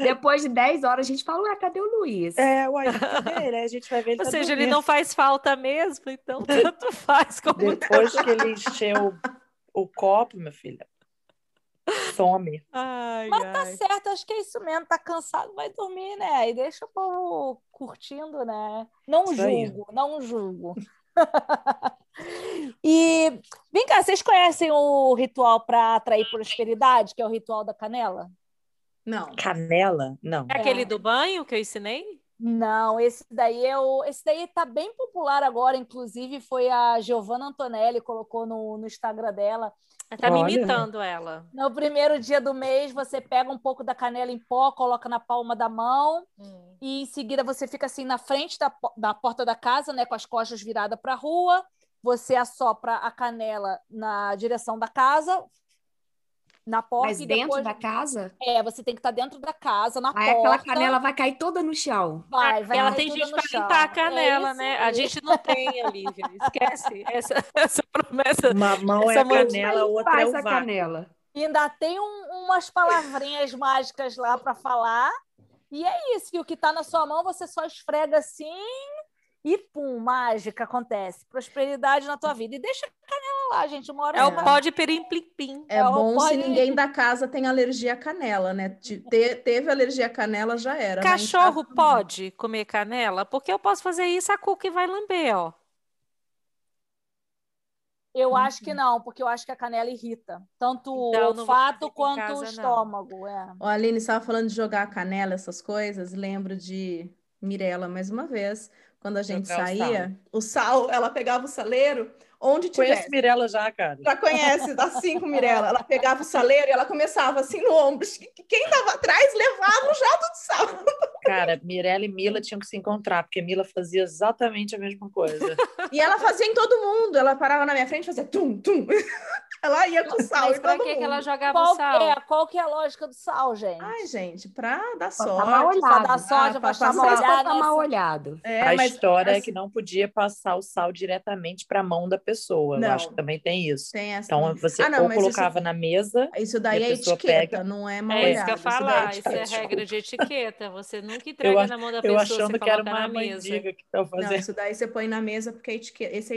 Depois de 10 horas, a gente fala, ué, cadê o Luiz? É, uai, cadê ele? Aí a gente vai ver ele Ou tá seja, ele dormindo. não faz falta mesmo, então tanto faz como Depois que ele encheu o, o copo, meu filho, some. Ai, Mas tá ai. certo, acho que é isso mesmo. Tá cansado, vai dormir, né? E deixa o povo curtindo, né? Não Isso aí. julgo, não julgo. e vem cá, vocês conhecem o ritual para atrair prosperidade, que é o ritual da canela? Não. Canela? Não. É aquele do banho que eu ensinei? Não, esse daí é o, esse daí tá bem popular agora, inclusive foi a Giovanna Antonelli colocou no, no Instagram dela. Tá me Olha. imitando ela. No primeiro dia do mês, você pega um pouco da canela em pó, coloca na palma da mão e em seguida você fica assim na frente da, po- da porta da casa, né, com as costas viradas para a rua. Você assopra a canela na direção da casa, na porta Mas e dentro depois da casa, é, você tem que estar dentro da casa, na aí porta. aquela canela vai cair toda no chão. vai, vai ela cair tem tudo gente no para chão. limpar a É canela, isso né? aí. A gente não tem, Olivia. Esquece essa, essa promessa. Uma mão é Essa a mão canela, a outra é Faz o a vácuo. canela. E ainda tem um- umas palavrinhas mágicas lá para falar. E é isso, e o que está na sua mão você só esfrega assim e pum, mágica acontece. Prosperidade na tua vida. E deixa a canela lá, gente. Uma hora É você o vai- pó de pirim-plim-plim. É Ela bom se pode- ninguém da casa tem alergia à canela, né? Te- te- teve alergia à canela, já era. vai em Cachorro casa- pode comer canela? Porque eu posso fazer isso, a Cookie vai lamber, ó. Eu acho que não, porque eu acho que a canela irrita. Tanto Então, o não vou fazer olfato aqui em quanto casa, o não. estômago. é. Ó, Aline, você estava falando de jogar a canela, essas coisas. Lembro de Mirella, mais uma vez, quando a gente Jogar o saía, o sal. ela pegava o saleiro, onde Conheço tivesse. Mirella já, cara. Já conhece, assim com Mirella. Ela pegava o saleiro e ela começava assim no ombro. Quem estava atrás levava um jato de sal. Cara, Mirella e Mila tinham que se encontrar, porque Mila fazia exatamente a mesma coisa. E ela fazia em todo mundo. Ela parava na minha frente e fazia tum, tum. Ela ia com sal Mas em todo pra mundo. que, que ela jogava Qual, sal? é, qual que é a lógica do sal, gente? Ai, gente, pra dar mal sorte. olhado. Só dá Ah, soja, pra vai chamar passar- olhada, tá mal olhado. É, a mas história é assim, que não podia passar o sal diretamente para a mão da pessoa. Não. Eu acho que também tem isso. tem essa. Então, você Ah, não, ou mas isso- colocava na mesa, Isso daí E a é pessoa etiqueta, pega- não é mal É isso que eu olhado. daí falar, tipo, isso é etiqueta. regra de etiqueta. Você nunca entrega na mão da eu pessoa, achando você que era coloca uma na mesa. mandiga que estava Não, fazendo. isso daí você põe na mesa porque é etiqueta. Esse é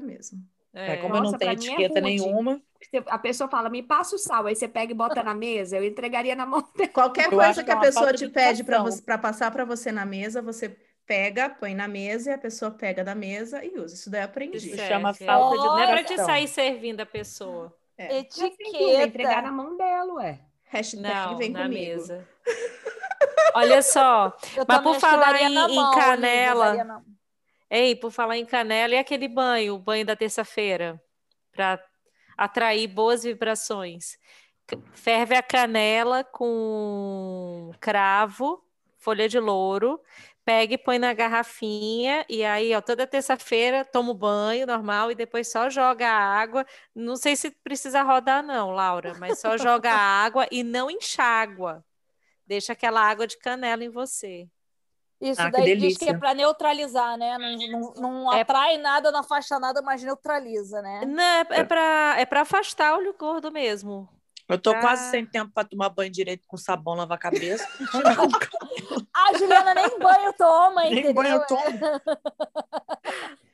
mesmo. É, É. como eu Nossa, não tenho pra mim é etiqueta rude. nenhuma, Você- A pessoa fala, me passa o sal, aí você pega e bota na mesa, eu entregaria na mão dela. Qualquer Eu acho coisa que que é a uma pessoa falta te de pede pra educação. você- pra passar pra você na mesa, você pega, põe na mesa e a pessoa pega da mesa e usa. Isso daí eu aprendi. isso Chefe, chama é. falta de Não Não é educação. pra te sair servindo a pessoa. Ia entregar Etiqueta. na mão dela, ué. É, Hashtag Não, vem na comigo. mesa. Olha só. Eu também Mas por acho que eu falar daria em- na em mão, Olivia, canela, daria na- Ei, por falar em canela, e aquele banho, o banho da terça-feira, para atrair boas vibrações. C- Ferve a canela com cravo, folha de louro, pega e põe na garrafinha, e aí, ó, toda terça-feira toma o banho normal e depois só joga a água. Não sei se precisa rodar, não, Laura, mas só joga a água e não enxágua. Deixa aquela água de canela em você. Isso Ah, que daí diz que é delícia. para neutralizar, né? Não, não- não É- atrai nada, não afasta nada, mas neutraliza, né? Não, é, é para é pra afastar o olho gordo mesmo. Eu tô Ah. quase sem tempo para tomar banho direito com sabão, lavar a cabeça. A Ah, Juliana nem banho toma, Nem entendeu? É. banho eu tomo.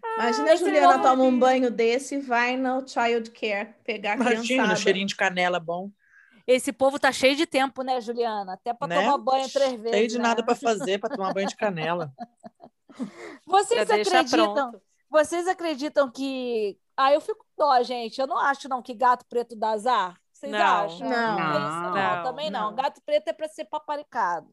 Ah, Imagina a é Juliana toma um banho desse e vai no child care pegar a Imagina, criançada. cheirinho de canela é bom. Esse povo tá cheio de tempo, né, Juliana? Até para Né? tomar banho três vezes. Cheio de né? nada para fazer para tomar banho de canela. Já Vocês deixa acreditam? pronto. Vocês acreditam que. Ah, eu fico com dó, gente. Eu não acho, não, que gato preto dá azar. Vocês Não. acham? Não. Não, isso não, Não, também não. não. Gato preto é para ser paparicado.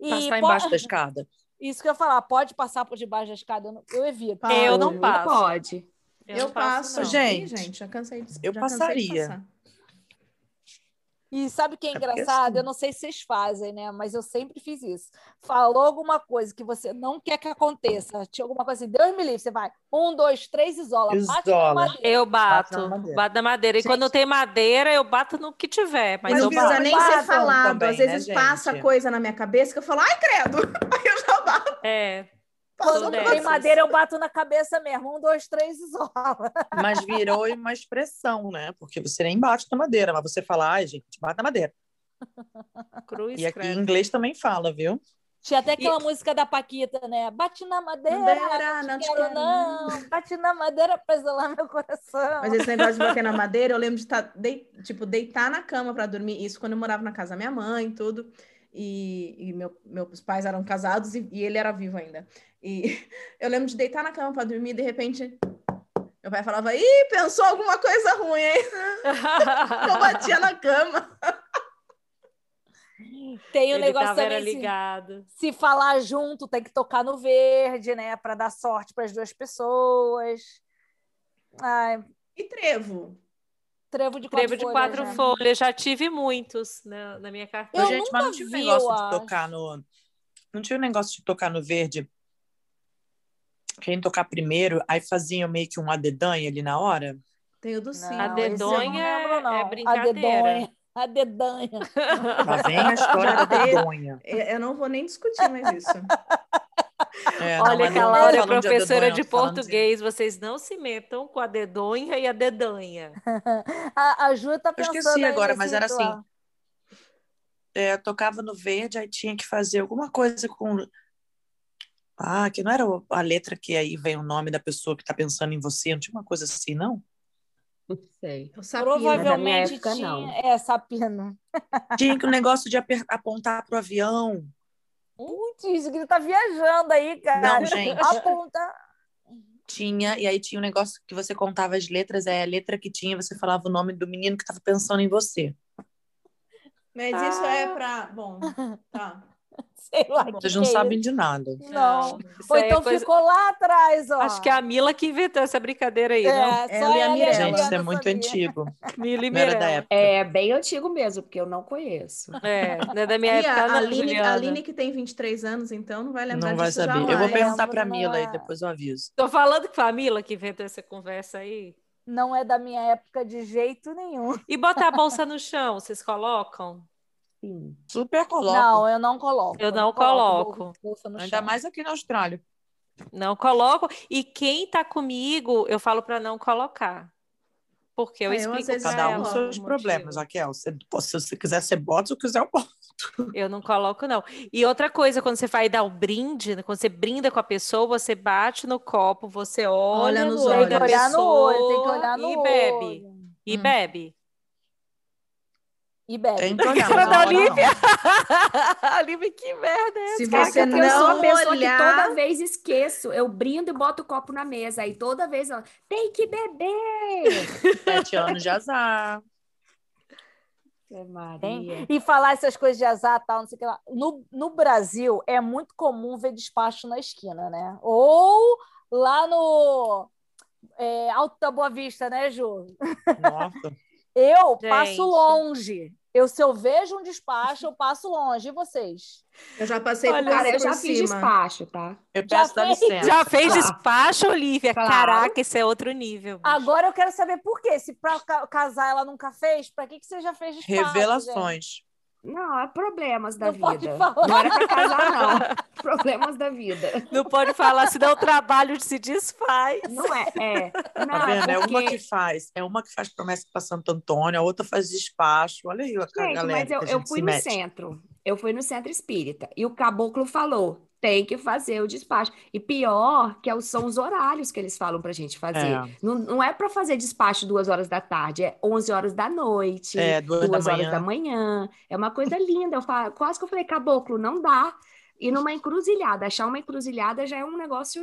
E Passar po- Tá embaixo da escada. Isso que eu ia falar, pode passar por debaixo da escada, eu não- eu evito. Passa. Eu não Não passo. pode. Eu, não passo. não. Gente, Ih, gente, já cansei de eu já cansei de passaria. passar. E sabe o que é engraçado? Eu não sei se vocês fazem, né? Mas eu sempre fiz isso. Falou alguma coisa que você não quer que aconteça. Tinha alguma coisa assim, Deus me livre, você vai. Um, dois, três, isola. Bate na Isola. madeira. Eu bato, Bato na bato na madeira. madeira. E quando não tem madeira, eu bato no que tiver. Mas Mas eu eu não vi bato. precisa bato. nem ser Batam falado. também, Às vezes né, passa gente? coisa na minha cabeça que eu falo, ai, credo! Aí eu já bato. É, Quando Sou não tem dessas. madeira, eu bato na cabeça mesmo. Um, dois, três, isola. Mas virou uma expressão, né? Porque você nem bate na madeira, mas você fala, ai, gente, bate na madeira. cruz, E aqui em credo. inglês também fala, viu? Tinha até aquela música da Paquita, né? Bate na madeira, Madeira, não te quero não. Bate na madeira pra isolar meu coração. Mas esse negócio de bater na madeira, eu lembro de estar, dei- tipo, deitar na cama para dormir. Isso quando eu morava na casa da minha mãe e tudo. E, e meu- meus pais eram casados e, e ele era vivo ainda. E eu lembro de deitar na cama para dormir e de repente meu pai falava: Ih, pensou alguma coisa ruim, hein? Eu batia na cama. Tem o Ele negócio tava era também assim, ligado. se falar junto, tem que tocar no verde, né? Pra dar sorte pras duas pessoas. Ai, E trevo. trevo de quatro Trevo de folhas, quatro né? folhas, já tive muitos na, na minha carteira. Eu gente, nunca mas não tinha um vi, negócio eu de acho. tocar no. Não tinha um negócio de tocar no verde. Quem tocar primeiro, aí faziam meio que um adedanha ali na hora. Tem o do Não, sim. A esse eu não dedonha lembro, é não. brincadeira. A dedonha. A dedanha. Lá vem a história da dedonha. Eu eu não vou nem discutir mais isso. É, não, Olha mas que a não tô Laura é falando de um professora adedonha, de eu tô falando português, vocês não se metam com a dedonha e a dedanha. A, a Ju tá Eu pensando esqueci aí agora, nesse mas era assim, ritual. É, tocava no verde, aí tinha que fazer alguma coisa com. Ah, que não era o- a letra que aí vem o nome da pessoa que tá pensando em você, não tinha uma coisa assim, não? Não sei. Eu sabia. Provavelmente- Provavelmente. minha Provavelmente época, tinha... não. É, sapino. Tinha que o negócio de aper- apontar pro avião. Putz, ele tá viajando aí, cara. Não, gente. Aponta. Tinha, e aí tinha um negócio que você contava as letras, aí a letra que tinha, você falava o nome do menino que tava pensando em você. Mas isso é pra. Bom, tá. Sei lá. que Vocês não que é sabem de nada. isso. Não. isso Ou aí é então coisa- ficou lá atrás, ó. Acho que é a né? Mila que inventou essa brincadeira aí, É, não? só Ela e a Mirella. Gente, isso é Adriana muito sabia. antigo. Mila e Não era da Mirella. época. É bem antigo mesmo, porque eu não conheço. É, não é da minha E época, a não, Aline, a Juliana. Aline que tem 23 anos, então não vai lembrar Não vai disso saber. jamais. Eu vou perguntar perguntar pra Não Mila é. e depois eu aviso. Tô falando que foi a Mila que inventou essa conversa aí. Não é da minha época de jeito nenhum. E botar a bolsa no chão, vocês colocam? Sim. Super coloco. Não, eu não coloco. Eu não coloco. bolsa no Ainda chão. mais aqui na Austrália. Não coloco. E quem tá comigo, eu falo pra não colocar. Porque eu Ah, eu, às explico vezes, pra Cada É, um ela com ó, seus o problemas, motivo. Raquel. Se, pô, se você quiser ser bota, se eu quiser, eu boto. Eu não coloco, não. E outra coisa, quando você vai dar o brinde, né, quando você brinda com a pessoa, você bate no copo, você olha, Olha no nos olho Tem olhos. que da olhar no olho, tem que pessoa olhar no e olho. bebe. E Hum. bebe. E bebe. Tem que olhar. Cara não, da olha não. Lívia, que merda é Se Caraca, você que eu sou a não pessoa que olhar, toda vez esqueço. Eu brindo e boto o copo na mesa. Aí toda vez ela tem que beber. Sete anos de azar. Ave Tem. Maria. E falar essas coisas de azar, tal, não sei o que lá. No, no Brasil, é muito comum ver despacho na esquina, né? Ou lá no é, Alto da Boa Vista, né, Ju? Nossa. Eu Gente. passo longe. Eu, se eu vejo um despacho, eu passo longe. E vocês? eu já passei Olha, por Cara, casa eu já por fiz cima. despacho, tá? Eu Já peço da fez? licença. Já fez Claro. despacho, Olivia? Claro. Caraca, esse é outro nível. bicho. Agora eu quero saber por quê. Se pra ca- casar ela nunca fez, pra que, que você já fez despacho? gente? Revelações. Não, é problemas da Não pode vida. falar. Não era pra casar, não. problemas da vida. Não pode falar, senão o trabalho se desfaz. Não é. é. Não, Tá é vendo? É uma porque- que faz. É uma que faz promessa para Santo Antônio, a outra faz despacho. Olha aí a Gente, galera. mas eu, que a eu gente fui se no mete. centro. Eu fui no centro espírita. E o caboclo falou: tem que fazer o despacho. E pior, que é o- são os horários que eles falam pra gente fazer. Não, não é pra fazer despacho duas horas da tarde, é 11 horas da noite, É, é duas, da horas da manhã. manhã. É uma coisa linda. Eu fa- quase que eu falei: caboclo, não dá. E numa encruzilhada, achar uma encruzilhada já é um negócio,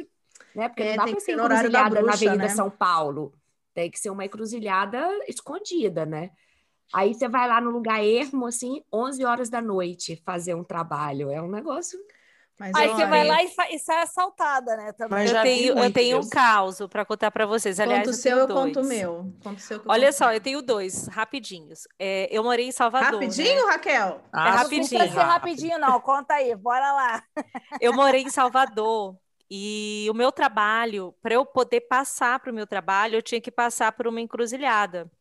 né? Porque É, não dá tem pra que ser ser no horário da encruzilhada na bruxa, Avenida né? São Paulo. Tem que ser uma encruzilhada escondida, né? Aí você vai lá no lugar ermo, assim, 11 horas da noite, fazer um trabalho. É um negócio. Mas Aí olha, você vai lá e, sa- e sai assaltada, né? Também. Mas Eu já vi tenho, eu muito tenho um disso. caos para contar para vocês. Aliás, Conto eu o seu, tenho eu conto o dois. meu. Conto o seu, que eu Olha conto o só, meu. eu tenho dois, rapidinhos. É, eu morei em Salvador. né? Rapidinho, Raquel? Ah, É Não rapidinho. precisa ser rapidinho, não. Conta aí, bora lá. Eu morei em Salvador e o meu trabalho, para eu poder passar para o meu trabalho, eu tinha que passar por uma encruzilhada.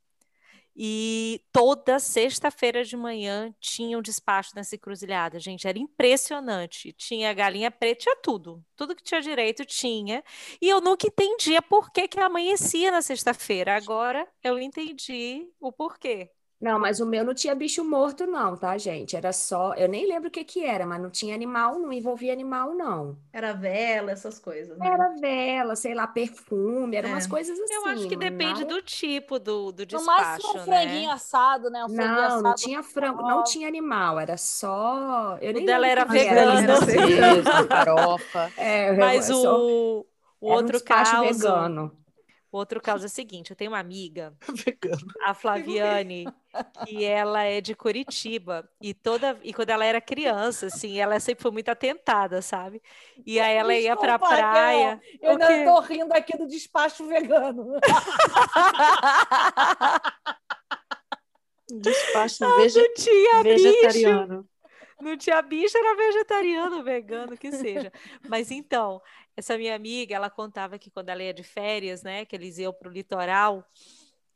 E toda sexta-feira de manhã tinha um despacho nessa encruzilhada, gente, era impressionante. Tinha galinha preta, tinha tudo, tudo que tinha direito tinha. E eu nunca entendia por que que amanhecia na sexta-feira. Agora eu entendi o porquê. Não, mas o meu não tinha bicho morto, não, tá, gente? Era só. Eu nem lembro o que que era, mas não tinha animal, não envolvia animal, não. Era vela, essas coisas, né? Era vela, sei lá, perfume, eram umas É. coisas Uhum. Eu assim, acho que mas depende nada- do tipo do, do No despacho, máximo um né? franguinho assado, né? Um franguinho Não, não assado. tinha frango, não tinha animal, era só. Eu O nem dela lembro era o que que vegano. era. Era vegano. Isso, farofa. É, eu- Mas eu o, sou- o era um outro despacho caso, vegano. o outro caso é o seguinte, eu tenho uma amiga, Vegano. a Flaviane, que ela é de Curitiba e toda e quando ela era criança, assim, ela sempre foi muito atentada, sabe? E aí ela ia pra Desculpa, Raquel, praia. Eu O quê? ainda tô rindo aqui do despacho vegano. Despacho vege- Não tinha bicho, vegetariano. não tinha bicho, era vegetariano, vegano, que seja. Mas então, essa minha amiga, ela contava que quando ela ia de férias, né, que eles iam pro litoral,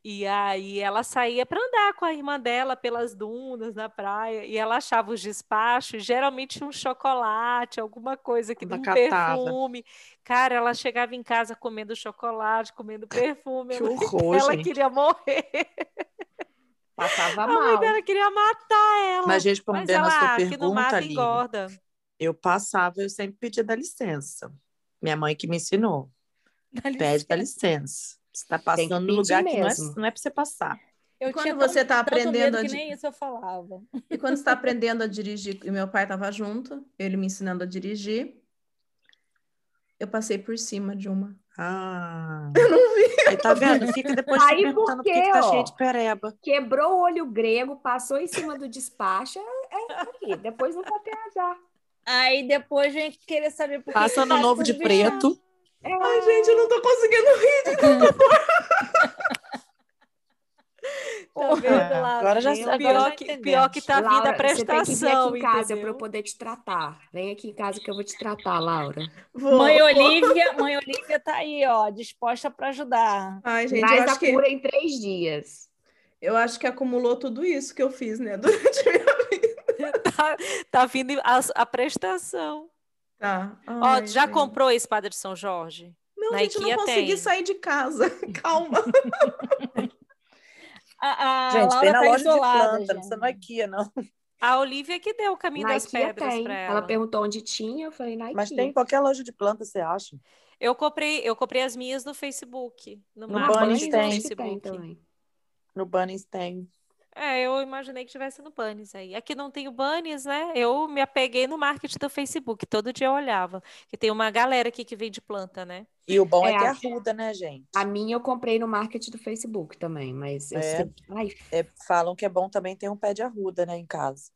e aí ela saía para andar com a irmã dela pelas dunas na praia, e ela achava os despachos, geralmente um chocolate, alguma coisa que Ela um catava. perfume. Cara, ela chegava em casa comendo chocolate, comendo perfume, Que ela, horror, ela gente. queria morrer, Passava a mãe mal. dela queria matar ela. Mas Mas respondendo ela a sua ah, que não pergunta, mata Aline, engorda. eu passava, eu sempre pedia da licença. Minha mãe que me ensinou. Pede da licença. Você está que passando no pedir lugar que não é, mesmo. não é para você passar. Eu E quando tinha você tanto- tá tanto medo aprendendo a que di- nem isso eu falava. E quando você está aprendendo a dirigir, e meu pai estava junto, ele me ensinando a dirigir, eu passei por cima de uma. Ah. Eu não vi. Aí tá vendo? Fica depois se Aí por perguntando por que, quê, que tá ó? cheio de pereba. Quebrou o olho grego, passou em cima do despacho, é, é aqui. Depois não vai ter azar. Aí depois vem querer saber por que Passa que ano tá novo tudo de vestido. preto. Ai, gente, eu não tô conseguindo rir. Tá vendo É, lá? agora já- Vendo? agora um Pior já que, entendemos. pior que tá vindo a Laura, você tem que vir prestação, aqui em casa para eu entendeu? poder te tratar. Vem aqui em casa que eu vou te tratar, Laura. Vou- Mãe Olivia, mãe Olivia tá aí, ó, disposta para ajudar. Ai, gente, eu Traz acho, a que, cura é em três dias. eu acho que acumulou tudo isso que eu fiz, né? Durante a minha vida. Tá, tá vindo a, a prestação. Tá. Ó, Ai, já gente. comprou a espada de São Jorge? Não, Na gente, eu não IKEA consegui tem. sair de casa. Calma. A, a Ah, gente, Laura tem na tá loja isolada, de planta, não gente. precisa no IKEA, não. A Olivia que deu o caminho Na das IKEA pedras tem. pra Ela ela. perguntou onde tinha, eu falei, na Mas IKEA. tem em qualquer loja de planta, você acha? Eu comprei, eu comprei as minhas no Facebook, no, No Marketplace Bunnies do Bunnies, tem. acho que tem Facebook. também. No Bunnings tem. É, eu imaginei que tivesse no Bunnies aí. Aqui não tem o Bunnies, né? Eu me apeguei no marketing do Facebook, todo dia eu olhava, que tem uma galera aqui que vende planta, né? E o bom é, É, que é a- arruda, né, gente? A minha eu comprei no market do Facebook também, mas eu É. sei. Ai, É, falam que é bom também ter um pé de arruda, né, em casa.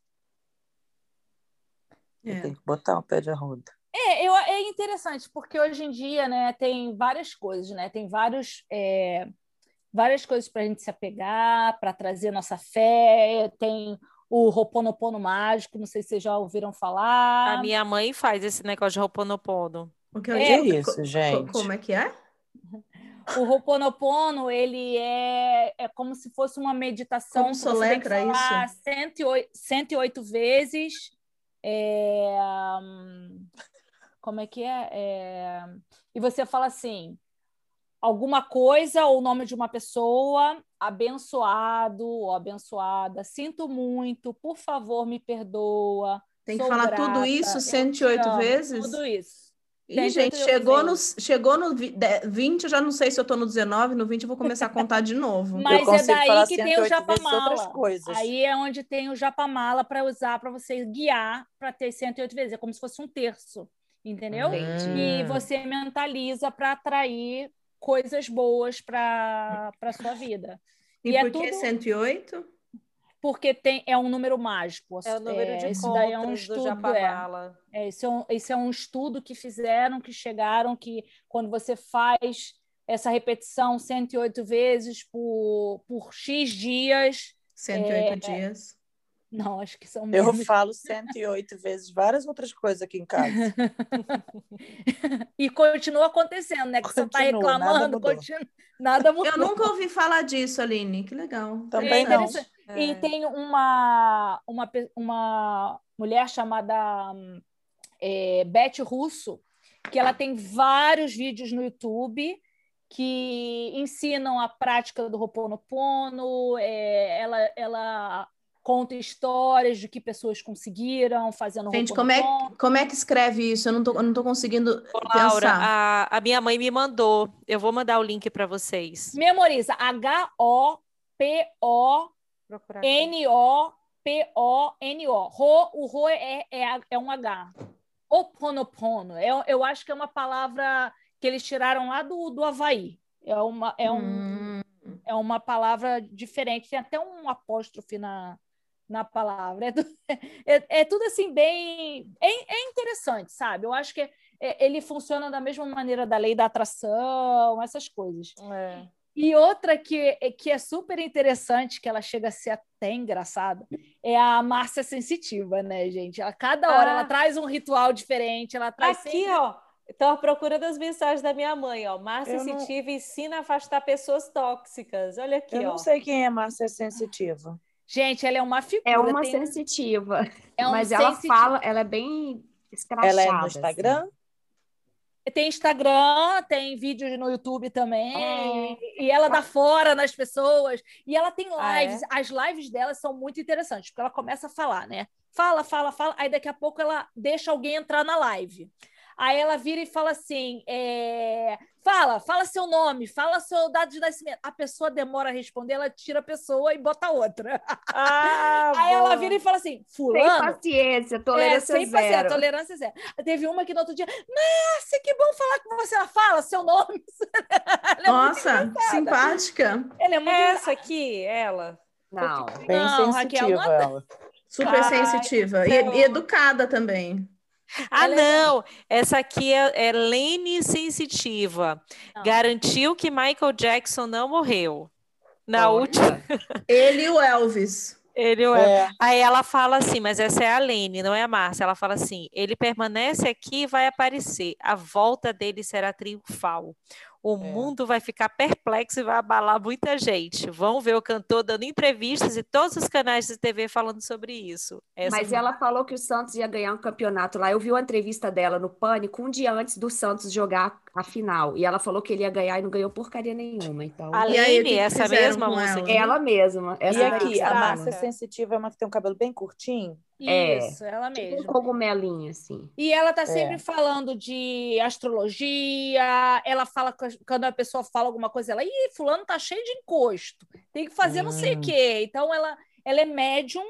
Eu É. tenho que botar um pé de arruda. É, eu- é interessante, porque hoje em dia, né, tem várias coisas, né? Tem vários, é, várias coisas para a gente se apegar, para trazer nossa fé. Tem o Roponopono mágico, não sei se vocês já ouviram falar. A minha mãe faz esse negócio de Ho'oponopono. O que O eu que É, é digo? Co- isso, co- gente? Como é que é? O Ho'oponopono, ele é, é como se fosse uma meditação Como que você tem que soletra isso? falar 108, 108 vezes. É, hum, como é que é? É, E você fala assim, alguma coisa ou o nome de uma pessoa, abençoado ou abençoada, sinto muito, por favor, me perdoa. Tem que sou falar grata, tudo isso eu te 108 amo", vezes? Tudo isso. Ih, Tem gente, 108 chegou no, vezes. chegou no vi- de- 20, eu já não sei se eu tô no 19, no 20 eu vou começar a contar de novo. Mas é eu consigo daí falar que tem o 108 vezes outras japamala. coisas. Aí é onde tem o japamala para usar, para você guiar, para ter 108 vezes. É como se fosse um terço, entendeu? E Hum. você mentaliza para atrair coisas boas para sua vida. E, E é por que tudo- 108? porque tem, é um número mágico. É o número de isso daí é um encontros do estudo, é. Japavala. É, esse, é um, esse é um estudo que fizeram, que chegaram, que quando você faz essa repetição 108 vezes por, por X dias. 108 dias. Não, acho que são Eu menos. falo 108 vezes várias outras coisas aqui em casa. E continua acontecendo, né? Que você está Continua, nada reclamando, mudou. continua, nada mudou. Eu nunca ouvi falar disso, Aline. Que legal. Também não. interessante. E tem uma, uma, pe- uma mulher chamada hum, é, Beth Russo, que ela tem vários vídeos no YouTube que ensinam a prática do Ho'oponopono, é, ela, ela conta histórias de que pessoas conseguiram fazendo Gente, como é, Ho'oponopono. como é que escreve isso? Eu não tô, eu não tô conseguindo Ô, Laura, pensar. a, a minha mãe me mandou. Eu vou mandar o link para vocês. Memoriza, H-O-P-O... Procurar aqui. N-O-P-O-N-O. Ro, o Ro é, é, a- é um H. Oponopono. Eu, eu acho que é uma palavra que eles tiraram lá do, do Havaí. É uma, é, um, Hum, é uma palavra diferente. Tem até um apóstrofe na, na palavra. É, tu- é, é tudo assim, bem. É, é interessante, sabe? Eu acho que é- é- ele funciona da mesma maneira da lei da atração, essas coisas. É. E outra que, é- que é super interessante, que ela chega a ser até engraçada, é a Márcia Sensitiva, né, gente? Ela, cada hora Ah. ela traz um ritual diferente, ela traz Aqui, sempre- ó. Estou à procura das mensagens da minha mãe, ó. Márcia Eu não- Sensitiva ensina a afastar pessoas tóxicas. Olha aqui, Eu ó. não sei quem é Márcia Sensitiva. Gente, ela é uma figura. É uma tem- sensitiva. é um mas ela sensiti- fala, ela é bem Tá escrachada. Ela é no assim. Instagram? Tem Instagram, tem vídeos no YouTube também. E ela dá fora nas pessoas. E ela tem Ah, é? lives. As lives dela são muito interessantes, porque ela começa a falar, né? Fala, fala, fala. Aí daqui a pouco ela deixa alguém entrar na live. Aí ela vira e fala assim: é, fala, fala seu nome, fala seu dado de nascimento. A pessoa demora a responder, ela tira a pessoa e bota outra. Ah, Aí ela boa. vira e fala assim: Sem Fulano, paciência, é, tolerância sem zero. paciência, tolerância zero. Teve uma que no outro dia, Márcia, que bom falar com você. Ela fala seu nome. ela, é muito, Nossa, simpática. ela é muito Essa aqui, ela. Não. Bem Não, sensitiva Raquel, não ela. Super Ai, sensitiva. E, então. e educada também. Ah, Ela é- não! Essa aqui é, é Lene Sensitiva. Não. Garantiu que Michael Jackson não morreu. Na Olha. última, Ele e o Elvis. ele é. É, Aí ela fala assim, mas essa é a Lene, não é a Márcia. Ela fala assim: ele permanece aqui e vai aparecer. A volta dele será triunfal. O É. mundo vai ficar perplexo e vai abalar muita gente. Vão ver o cantor dando entrevistas e todos os canais de TV falando sobre isso. Essa Mas foi- ela falou que o Santos ia ganhar um campeonato lá. Eu vi uma entrevista dela no Pânico um dia antes do Santos jogar a final. E ela falou que ele ia ganhar e não ganhou porcaria nenhuma. Então, A E aí, o que Lene, que essa fizeram mesma com moça ela? aqui. ela mesma. Essa E daí que aqui, você a fala. Márcia Caraca. Sensitiva é uma que tem um cabelo bem curtinho. É. Isso, ela Tipo um mesma. cogumelinho, assim. E ela É. tá sempre falando de astrologia, ela fala, com as- quando a pessoa fala alguma coisa, ela, ih, fulano tá cheio de encosto, tem que fazer não sei o Hum. quê. Então, ela, ela é médium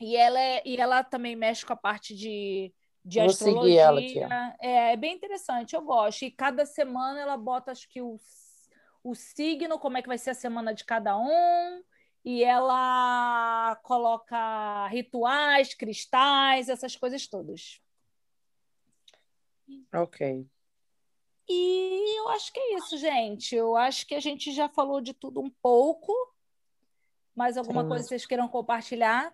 e ela, é- e ela também mexe com a parte de, de Vou astrologia. seguir ela aqui, É, é bem interessante, eu gosto. E cada semana ela bota, acho que o, o signo, como é que vai ser a semana de cada um, e ela coloca rituais, cristais, essas coisas todas. Ok. E eu acho que é isso, gente. Eu acho que a gente já falou de tudo um pouco. Mais alguma Sim. coisa que vocês queiram compartilhar?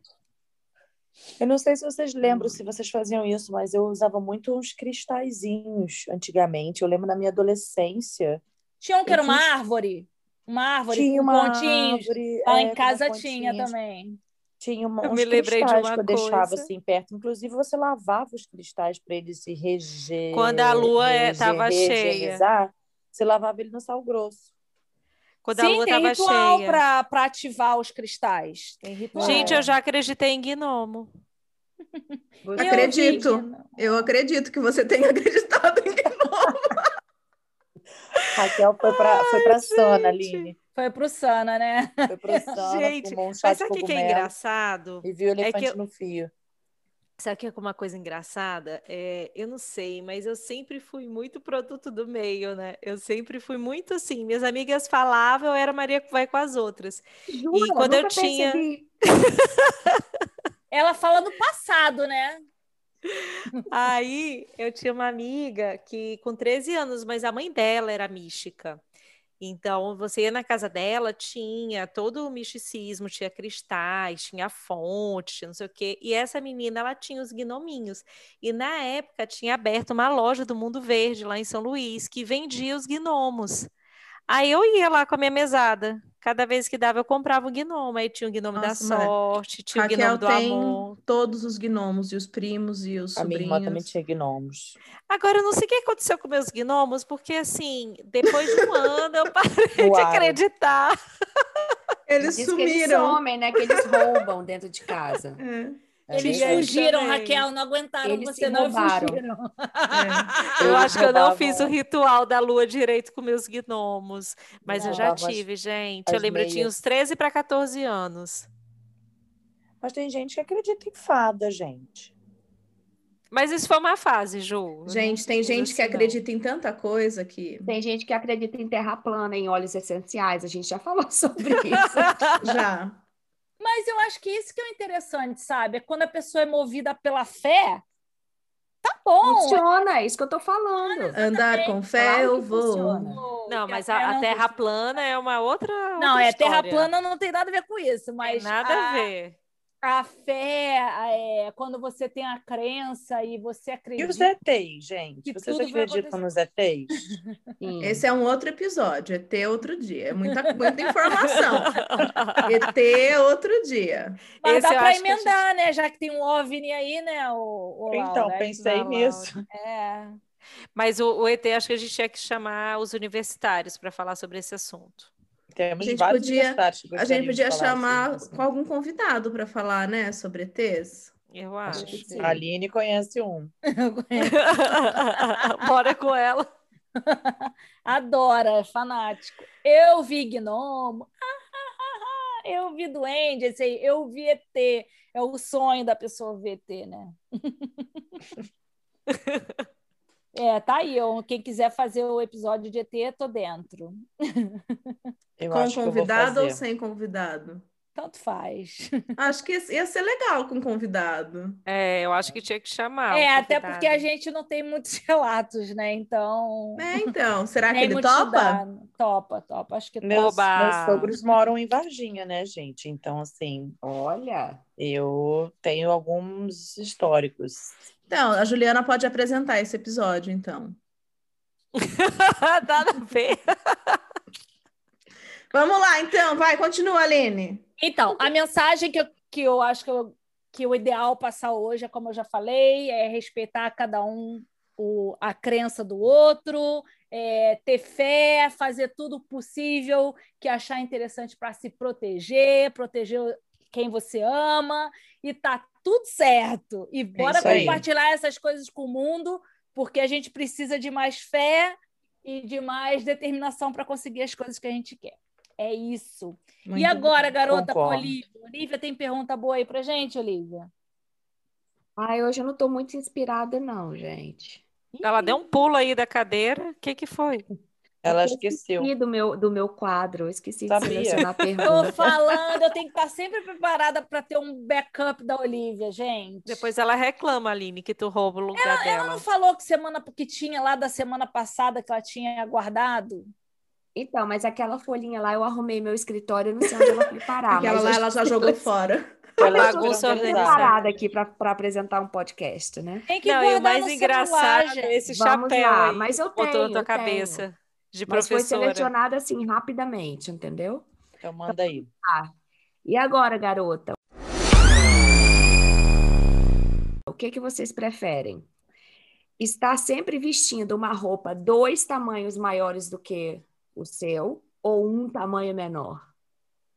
Eu não sei se vocês lembram, se vocês faziam isso, mas eu usava muito uns cristalzinhos antigamente. Eu lembro na minha adolescência. Tinha um que era Eu uma fiz- árvore. Uma árvore Tinha com uma pontinhos. árvore, Lá é, em com casa umas tinha pontinhas. também. Tinha uma, Eu uns me lembrei de cristais uma que eu deixava coisa. assim perto. Inclusive, você lavava os cristais para ele se reger. Quando a lua, é, tava cheia. regenizar, Você lavava ele no sal grosso. Quando a Sim, lua tem tava ritual cheia. para ativar os cristais. É Tem É. ritual. Gente, eu já acreditei em gnomo. Você- Acredito. Gente, Eu acredito que você tenha acreditado em que não. Raquel foi para foi pra Sana, Aline. Foi pro Sana, né? Foi pra Sana, Gente, fumou um chá Mas de sabe o que que é cogumelo engraçado? e viu o elefante que eu- no fio. Sabe que é uma coisa engraçada? É, eu não sei, mas eu sempre fui muito produto do meio, né? Eu sempre fui muito assim. Minhas amigas falavam, eu era Maria que vai com as outras. Jura? E quando eu Nunca tinha- percebi. Ela fala no passado, né? Aí eu tinha uma amiga que com 13 anos, mas a mãe dela era mística. Então você ia na casa dela, tinha todo o misticismo, tinha cristais, tinha fonte, tinha não sei o quê. E essa menina, ela tinha os gnominhos. E na época tinha aberto uma loja do Mundo Verde lá em São Luís que vendia os gnomos. Aí eu ia lá com a minha mesada. Cada vez que dava, eu comprava um gnomo. Aí tinha o gnomo da Nossa, Mari. sorte, tinha o Raquel gnomo do tem amor. todos os gnomos e os primos e os A minha irmã também sobrinhos. tinha gnomos. Agora, eu não sei o que aconteceu com meus gnomos, porque assim, depois de um ano eu parei de Uau. acreditar. Eles Diz que eles sumiram. somem, né? Que eles roubam dentro de casa. É, É Eles verdade. fugiram, também. Raquel, não aguentaram Eles você, se não e roubaram. fugiram. é. Eu Eles acho que eu não roubavam- fiz o ritual da lua direito com meus gnomos, mas eu já roubavam as- tive, gente. Eu as lembro, eu tinha meias. uns 13 para 14 anos. Mas tem gente que acredita em fada, gente. Mas isso foi uma fase, Ju. Gente, tem gente que Assim, não. acredita em tanta coisa que Tem gente que acredita em terra plana, em óleos essenciais. A gente já falou sobre isso. já. Mas eu acho que isso que é o interessante, sabe? É quando a pessoa é movida pela fé, tá bom. tá Funciona, é isso que eu tô falando. Andar com fé, Claro eu que vou. funciona. Não, mas Até a, a não terra funciona. plana é uma outra. Não, outra é terra história. plana não tem nada a ver com isso, Tem mas nada a, a ver. a fé é quando você tem a crença e você E acredita. os é- ETs, gente? Que Vocês tudo vai acreditam nos ETs? Sim. Esse é um outro episódio, ET é outro dia. É muita, muita informação. ET é outro dia. Mas Esse dá eu para acho que a gente- emendar, né? Já que tem um OVNI aí, né? O, o Então, né? Laura? pensei Laura. nisso. É. Mas o, o ET, acho que a gente tinha que chamar os universitários para falar sobre esse assunto. Temos A gente vários podia- universitários que A gente gostariam de podia falar assim, chamar sobre isso. com algum convidado para falar, né, sobre ETs. Eu Acho acho. que sim. A Aline conhece um. Bora com ela. Adora, é fanático. Eu vi gnomo. Ah, Eu vi duende, esse aí. Eu vi ET. É o sonho da pessoa ver ET, né? É, tá aí. eu- Quem quiser fazer o episódio de ET, tô dentro. Eu Com acho que eu vou convidado ou fazer. sem convidado? Tanto faz. Acho que ia ser legal com convidado. É, eu acho que tinha que Ah, chamar. é, um até tá? porque a convidado. gente não tem muitos relatos, né? Então. Né, então? Será que nem ele muito topa? dá. Topa, topa. Acho que Meus, topa. Oba! meus sogros moram em Varginha, né, gente? Então, assim, Olha, eu tenho alguns históricos. Então, a Juliana pode apresentar esse episódio, então. Nada a ver. Vamos lá, então, vai, continua, Aline. Então, a mensagem que eu, que eu acho que, eu- que o ideal passar hoje, é como eu já falei, é respeitar cada um o- a crença do outro, é, ter fé, fazer tudo possível que achar interessante para se proteger, proteger o- quem você ama, e tá tudo certo. E bora É isso aí. compartilhar essas coisas com o mundo, porque a gente precisa de mais fé e de mais determinação para conseguir as coisas que a gente quer. É isso. E Muito agora, garota Concordo. Olivia? Olivia tem pergunta boa aí pra gente, Olivia? ai, hoje eu não tô muito inspirada, não, gente. Ela deu um pulo aí da cadeira. O que que foi? Ela Eu esqueceu. Esqueci do meu, do meu quadro, eu esqueci Sabia. de selecionar a Tô pergunta. falando, eu tenho que estar sempre preparada para ter um backup da Olivia, gente. Depois ela reclama, Aline, que tu rouba o lugar ela dela. não falou que semana que tinha lá da semana passada que ela tinha guardado? Então, mas aquela folhinha lá, eu arrumei meu escritório, eu não sei onde ela foi parar, Aquela Ah, mas lá eu ela já jogou fora. Ela Ela é super bagunça estou organizada. preparada aqui para apresentar um podcast, né? Tem que Não, e guardar o mais no engraçado celular, é gente. esse Vamos chapéu lá, aí mas que eu tu botou na tenho, tua eu tenho. cabeça de Mas foi professora. selecionada assim rapidamente, entendeu? Então, manda aí. E agora, garota? O que que vocês preferem? Estar sempre vestindo uma roupa dois tamanhos maiores do que o seu ou um tamanho menor?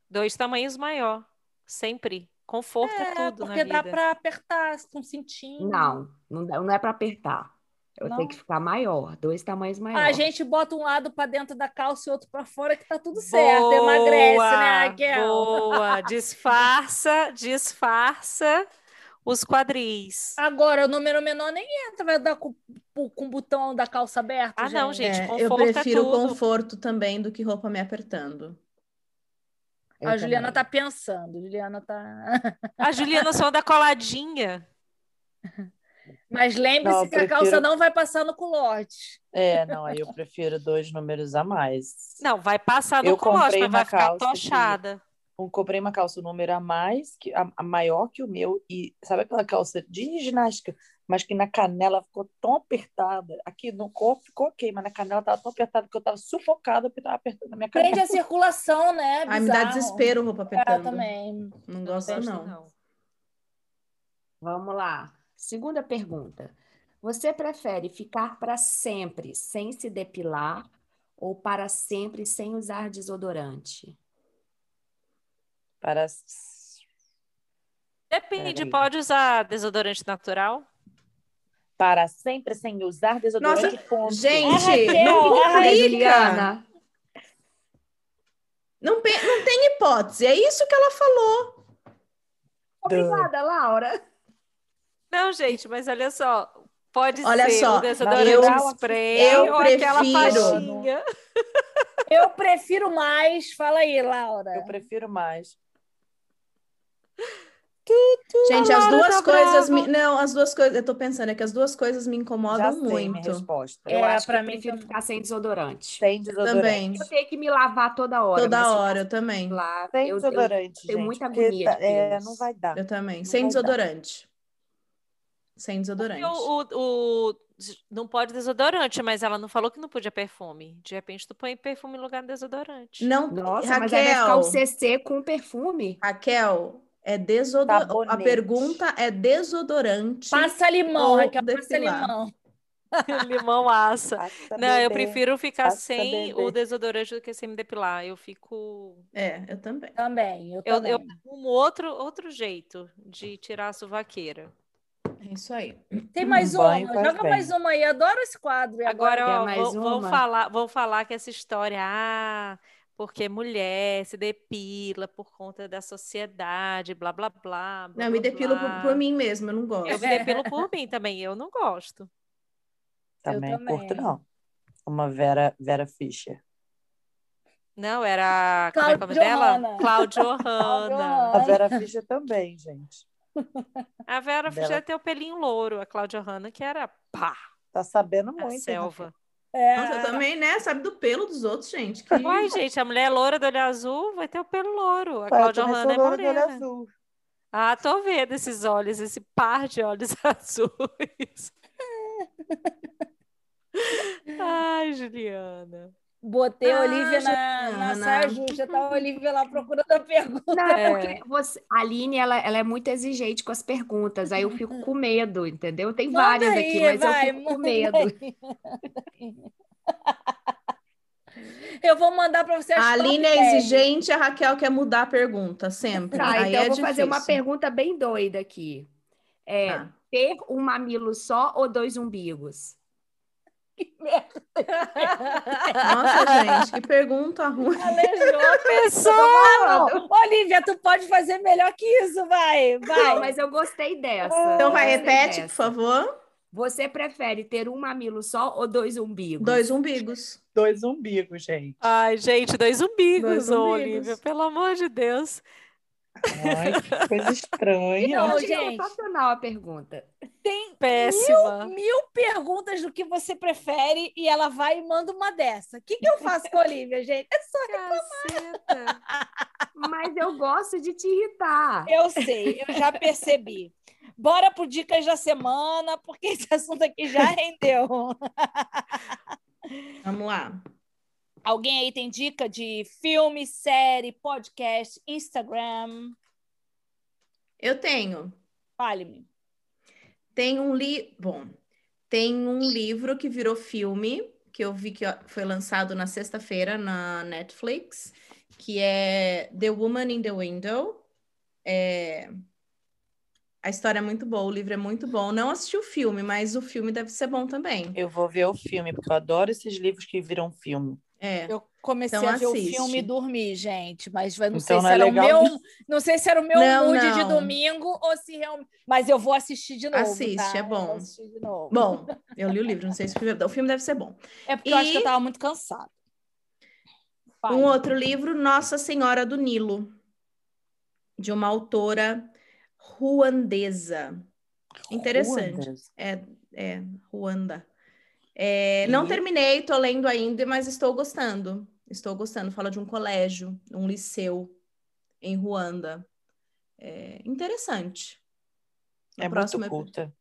Dois tamanhos maior. Sempre. Conforto é, É, tudo na porque dá vida. para apertar com um Hum. cintinho. Não, não, dá- não é para apertar. Eu Não? tenho que ficar maior, dois Ah, tamanhos A maior. gente bota um lado para dentro da calça e outro para fora que tá tudo certo, emagrece, né, Boa, Raquel? Boa, disfarça, disfarça os quadris. Agora, o número menor nem entra, vai dar com, com o botão da calça aberta. Ah, não, gente, É, eu conforto é prefiro o tudo. conforto também do que roupa me apertando. Eu a Juliana também. tá pensando, Juliana tá. A Juliana só anda coladinha. Mas Não, lembre-se eu que a calça prefiro- não vai passar no culote. É, não, aí eu prefiro dois números a mais. Não, vai passar no Eu cológico, comprei mas vai uma ficar calça que- tochada. Eu comprei uma calça um número a mais, que, a, a maior que o meu, e sabe aquela calça de ginástica, mas que na canela ficou tão apertada. Aqui no corpo ficou ok, mas na canela tava tão apertada que eu tava sufocada porque tava apertando a minha Prende canela. a circulação, né? Ai, me dá Bizarro. desespero roupa É, apertando. também. Não gosto, gosto, não. Vamos lá. Segunda pergunta. Você prefere ficar para sempre sem se depilar ou para sempre sem usar desodorante? Para... Depende, Peraí. pode usar desodorante natural. para sempre sem usar desodorante ponto. Gente, Raquel, não Ai, complica. Juliana, Não, pe- não tem hipótese. É isso que ela falou. obrigada, Laura. Não, gente, mas olha só. Pode Olha ser só, o desodorante eu- spray eu ou aquela prefiro- pastinha. Eu prefiro mais. Fala aí, Laura. Eu prefiro mais. Gente, as Laura duas tá coisas brava. me... Não, as duas coisas... Eu tô pensando, é que as duas coisas me incomodam Já sei minha muito. resposta. É, Eu acho que pra eu mim prefiro também. ficar sem desodorante. Sem desodorante. Também. Eu tenho que me lavar toda hora, mas Toda se eu hora, eu também. lá, Sem eu, eu desodorante, tenho gente, muita porque agonia tá- de é, pelos. não vai dar. Eu também. Não Sem vai dar. desodorante. Sem desodorante. O, o- o- não pode desodorante, mas ela não falou que não podia perfume. De repente, tu põe perfume no lugar do desodorante. Não, Nossa, Raquel, mas aí vai ficar o CC com perfume. Raquel, é desodorante. A Sabonete. pergunta é desodorante. Passa limão, Ou Raquel. Passa depilar. limão. Limão assa. Passa Não, eu bebê. prefiro ficar Passa sem bebê. o desodorante do que sem me depilar. Eu fico. É, eu também. Também. Eu, Eu, também. eu arrumo um outro, outro jeito de tirar a sovaqueira. É isso aí. Tem mais Um uma. banho faz Joga bem. mais uma aí. Adoro esse quadro. E agora, Agora, quer ó, mais vão, vão uma? falar, vão falar que essa história, ah, porque mulher se depila por conta da sociedade, blá blá blá. blá Não, eu me blá, depilo por, blá. por mim mesma, eu não gosto. Eu me depilo por mim também, eu não gosto. Também, Eu também. curto, não. Uma Vera, Vera Fischer. Não, era. Como é que é o nome Cláudio dela? Hanna. Cláudio Cláudio Hanna. A Ai. Vera Fischer também, gente. A Vera Dela. Fischer tem o pelinho louro, a Cláudia Hanna, que era pá, Tá sabendo a muito. hein, selva. É, Nossa, eu também, né? Sabe do pelo dos outros, gente. Que... Uai, gente, a mulher loura do olho azul vai ter o pelo louro. A Raquel? Cláudia Eu também Hanna é sou loira de olho morena. azul. Ah, tô vendo esses olhos, esse par de olhos azuis. Ai, Juliana. Botei a Ah, Olivia na, na Juliana. saia justa. Tá a Olivia lá procurando a pergunta. Não, é porque você, a Aline, ela, ela é muito exigente com as perguntas, aí eu fico com medo, entendeu? Tem Manda várias aí, aqui, mas eu vai, fico com manda medo. Eu vou mandar pra você as A top Aline é 10. exigente, a Raquel quer mudar a pergunta sempre. Tá, Aí então é eu vou fazer uma difícil. pergunta bem doida aqui. É, Tá. ter um mamilo só ou dois umbigos? Nossa, gente, que pergunta ruim. Aleijou. Pessoal, Não, Olivia, tu pode fazer melhor que isso, vai, Não, vai. mas eu gostei Ah. dessa. Então vai, eu gostei repete, por dessa. favor. Você prefere ter um mamilo só ou dois umbigos? Dois umbigos. Dois umbigos, gente. Ai, gente, dois umbigos, Dois ô, umbigos. Olivia, pelo amor de Deus. Ai, que coisa estranha. Não, Eu achei gente. sensacional a pergunta. Tem Péssima. mil perguntas do que você prefere e ela vai e manda uma dessa. O que, que eu faço com a Olivia, gente? É só Caceta. Mas eu gosto de te irritar. eu sei, eu já percebi. Bora pro Dicas da Semana, porque esse assunto aqui já rendeu. Vamos lá. Alguém aí tem dica de filme, série, podcast, Instagram? Eu tenho. Fale-me. Tem um li... Bom, tem um livro que virou filme, que eu vi que ó, foi lançado na sexta-feira na Netflix, que é The Woman in the Window. É... A história é muito boa, o livro é muito bom. Não assisti o filme, mas o filme deve ser bom também. Eu vou ver o filme, porque eu adoro esses livros que viram filme. É. Eu comecei Então a ver assiste. o filme e dormir, gente, mas vai- não Então sei não se é era legal. o meu, não sei se era o meu Não, mood de não. domingo ou se realmente, mas eu vou assistir de novo, Assiste, tá? é Eu vou bom. assistir de novo. Bom, eu li o livro, não sei se o filme, o filme deve ser bom. É porque eu acho que E- eu tava muito cansada. Vai. Um outro livro, Nossa Senhora do Nilo, de uma autora ruandesa. Interessante. Ruandas. É, é, Ruanda. É, não terminei, tô lendo ainda, mas estou gostando. Estou gostando. Fala de um colégio, um liceu em Ruanda. É interessante. No É muito próximo epi- culta.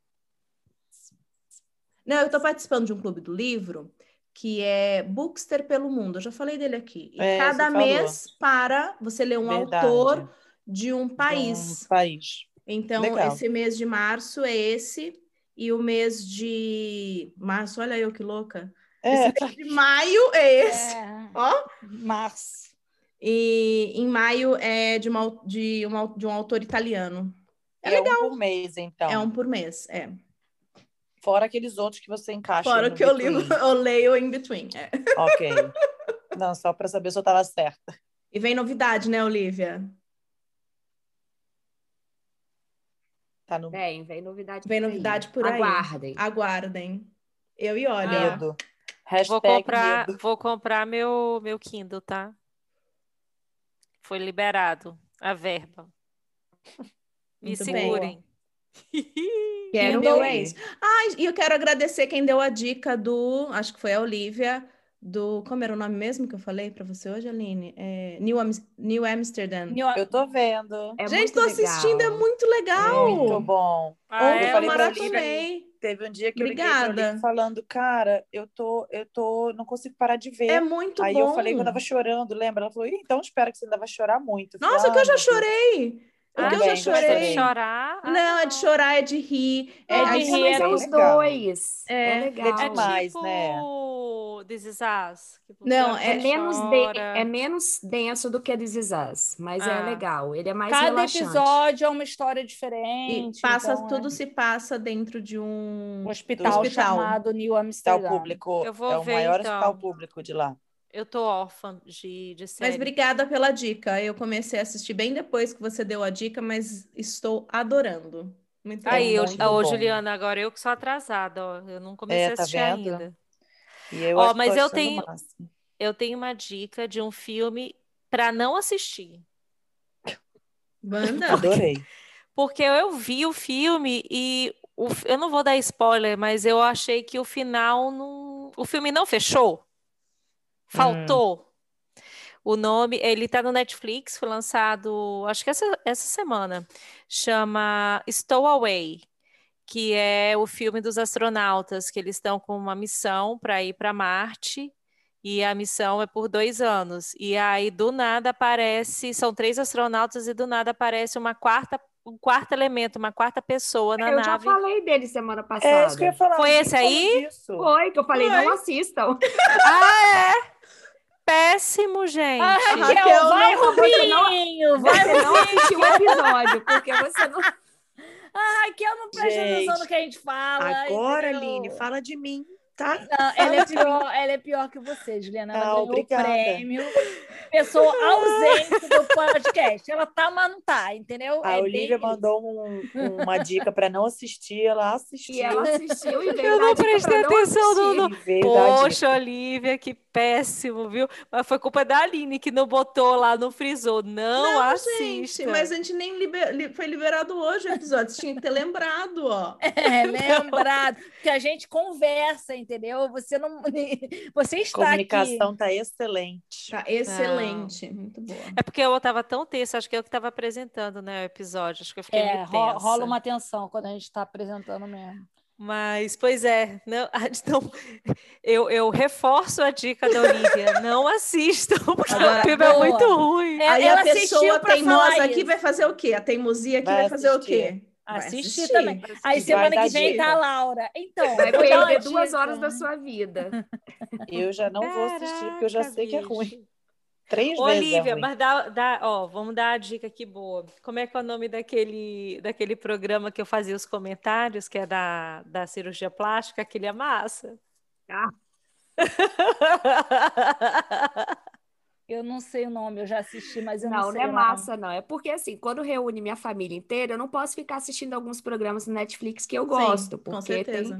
Não, eu tô participando de um clube do livro que é Bookster pelo Mundo. Eu já falei dele aqui. E É, cada você falou. mês para você ler um Verdade. autor de um país. Um país. Então, Legal. esse mês de março é esse, e o mês de março, olha eu que louca. É, Esse mês de maio é esse. É, Ó. mas E em maio é de, uma, au- de, uma, au- de um autor italiano. É legal. um por mês, então. É um por mês, é. Fora aqueles outros que você encaixa. Fora no que eu between. li, eu leio in between. é. Ok. Não, só para saber se eu estava certa. E vem novidade, né, Olivia? Tá no Vem, vem novidade Vem por aí. novidade por aí. Aguardem. Aguardem. Eu e olha. medo. Vou Hashtag comprar, medo. vou comprar meu, meu Kindle, tá? Foi liberado a verba. Me Muito bem. segurem. Quero Kindle ver. é isso. Ai, e eu quero agradecer quem deu a dica do, acho que foi a Olivia, do, como era o nome mesmo que eu falei para você hoje, Aline? É, New, Am New Amsterdam. New- Eu tô vendo. É Gente, muito tô legal. assistindo, é muito legal. Muito bom. Ah, Ontem é? eu eu falei pra Olivia, maratonei. teve um dia que eu liguei pra Obrigada. Olivia falando, cara, eu tô, eu tô, não consigo parar de ver. É muito Aí bom. eu falei que eu tava chorando, lembra? Ela falou, "Ih, então espera que você ainda vai chorar muito. falei, Nossa, o "Ah, que eu já meu Deus." chorei. O Ah, que eu Também, já gente, mas é de chorei. chorar? Ah, Não, é de chorar, é de rir. É, É, a mas gente- rir, é é os legal. dois. É, É, legal. é demais. tipo né? This Is Us, que tá você Não, olha É e menos, de- chora. é menos denso do que This Is Us, mas é Ah. legal. Ele é mais Cada relaxante. episódio é uma história e diferente. passa, então é tudo se passa dentro de um. um hospital, hospital. chamado New Hospital Amsterdam. público. Eu vou é o ver, maior então. hospital público de lá. Eu tô órfã de, de Mas série. obrigada pela dica. Eu comecei a assistir bem depois que você deu a dica, mas estou adorando. Muito Tá Aí, É eu, muito ó, bom. Juliana, agora eu que sou atrasada, ó, eu não comecei a tá assistir vendo? ainda. E eu Ó, acho que tô mas eu achando o tenho- máximo. Eu tenho uma dica de um filme pra não assistir. Banda. Adorei. Porque eu vi o filme e o f- eu não vou dar spoiler, mas eu achei que o final não. O filme não fechou. Faltou. O nome, ele tá no Netflix, foi lançado, acho que essa, essa semana. Chama Stowaway, que é o filme dos astronautas, que eles estão com uma missão para ir para Marte. E a missão é por dois anos. E aí, do nada, aparece. São três astronautas, e do nada aparece uma quarta, um quarto elemento, uma quarta pessoa na Eu já nave. falei dele semana passada. É isso que eu ia falar. Foi ninguém esse falou aí? disso. Foi, que eu falei, não assistam. Péssimo, gente. Ah, Ah, Raquel, vai, você não- Rubinho! Vai, Você não assistiu o episódio, porque você não. Ah, Raquel não presta atenção no Gente, que a gente fala. Agora, entendeu? Aline, fala de mim, tá? Não, ela, é pior, ela é pior que você, Juliana. Ela Ah, ganhou obrigada. o prêmio. Pessoa ausente do podcast. Ela tá, mas não tá, entendeu? A É Olivia bem mandou um- uma dica para não assistir, ela assistiu. E ela assistiu e veio Eu não dar dica pra prestei não atenção no- no- assistir. E veio dar a dica. Poxa, tá Olivia, que péssimo, viu? Mas foi culpa da Aline que não botou lá, não frisou. Não, assiste. Gente, mas a gente nem liber- li- foi liberado hoje o episódio. Você tinha que ter lembrado, ó. isso. É, lembrado. Porque a gente conversa, entendeu? Você não. Você A está aqui. comunicação tá excelente. Tá excelente. Muito boa. É porque eu tava tão tensa, acho que é eu que tava apresentando, né, o episódio. Acho que eu fiquei É, meio ro- tensa. rola uma tensão quando a gente está apresentando mesmo. Mas, pois é, não, então, eu, eu reforço a dica da Olivia. não assistam, porque Agora, o filme é boa. muito ruim. É, Aí ela a pessoa assistiu pra teimosa falar aqui isso. vai fazer o quê? A teimosia aqui vai, Vai fazer o assistir. quê? Vai Assistir, também. Aí Vai semana dar que vem dica. tá a Laura. Então, Vai vou dar uma perder duas dica. horas da sua vida. Eu já não vou assistir, porque eu já Caraca, sei que é ruim. bicho. Três vezes é Olivia, ruim. mas dá, dá, ó, vamos dar a dica que boa. Como é que é o nome daquele, daquele programa que eu fazia Ah. os comentários, que é da, da cirurgia plástica, aquele é massa? Eu não sei o nome, eu já assisti, mas eu não, Não, não sei. né? é o nome. massa, não. É porque, assim, quando reúne minha família inteira, eu não posso ficar assistindo alguns programas no Netflix que eu gosto, com porque tem. certeza.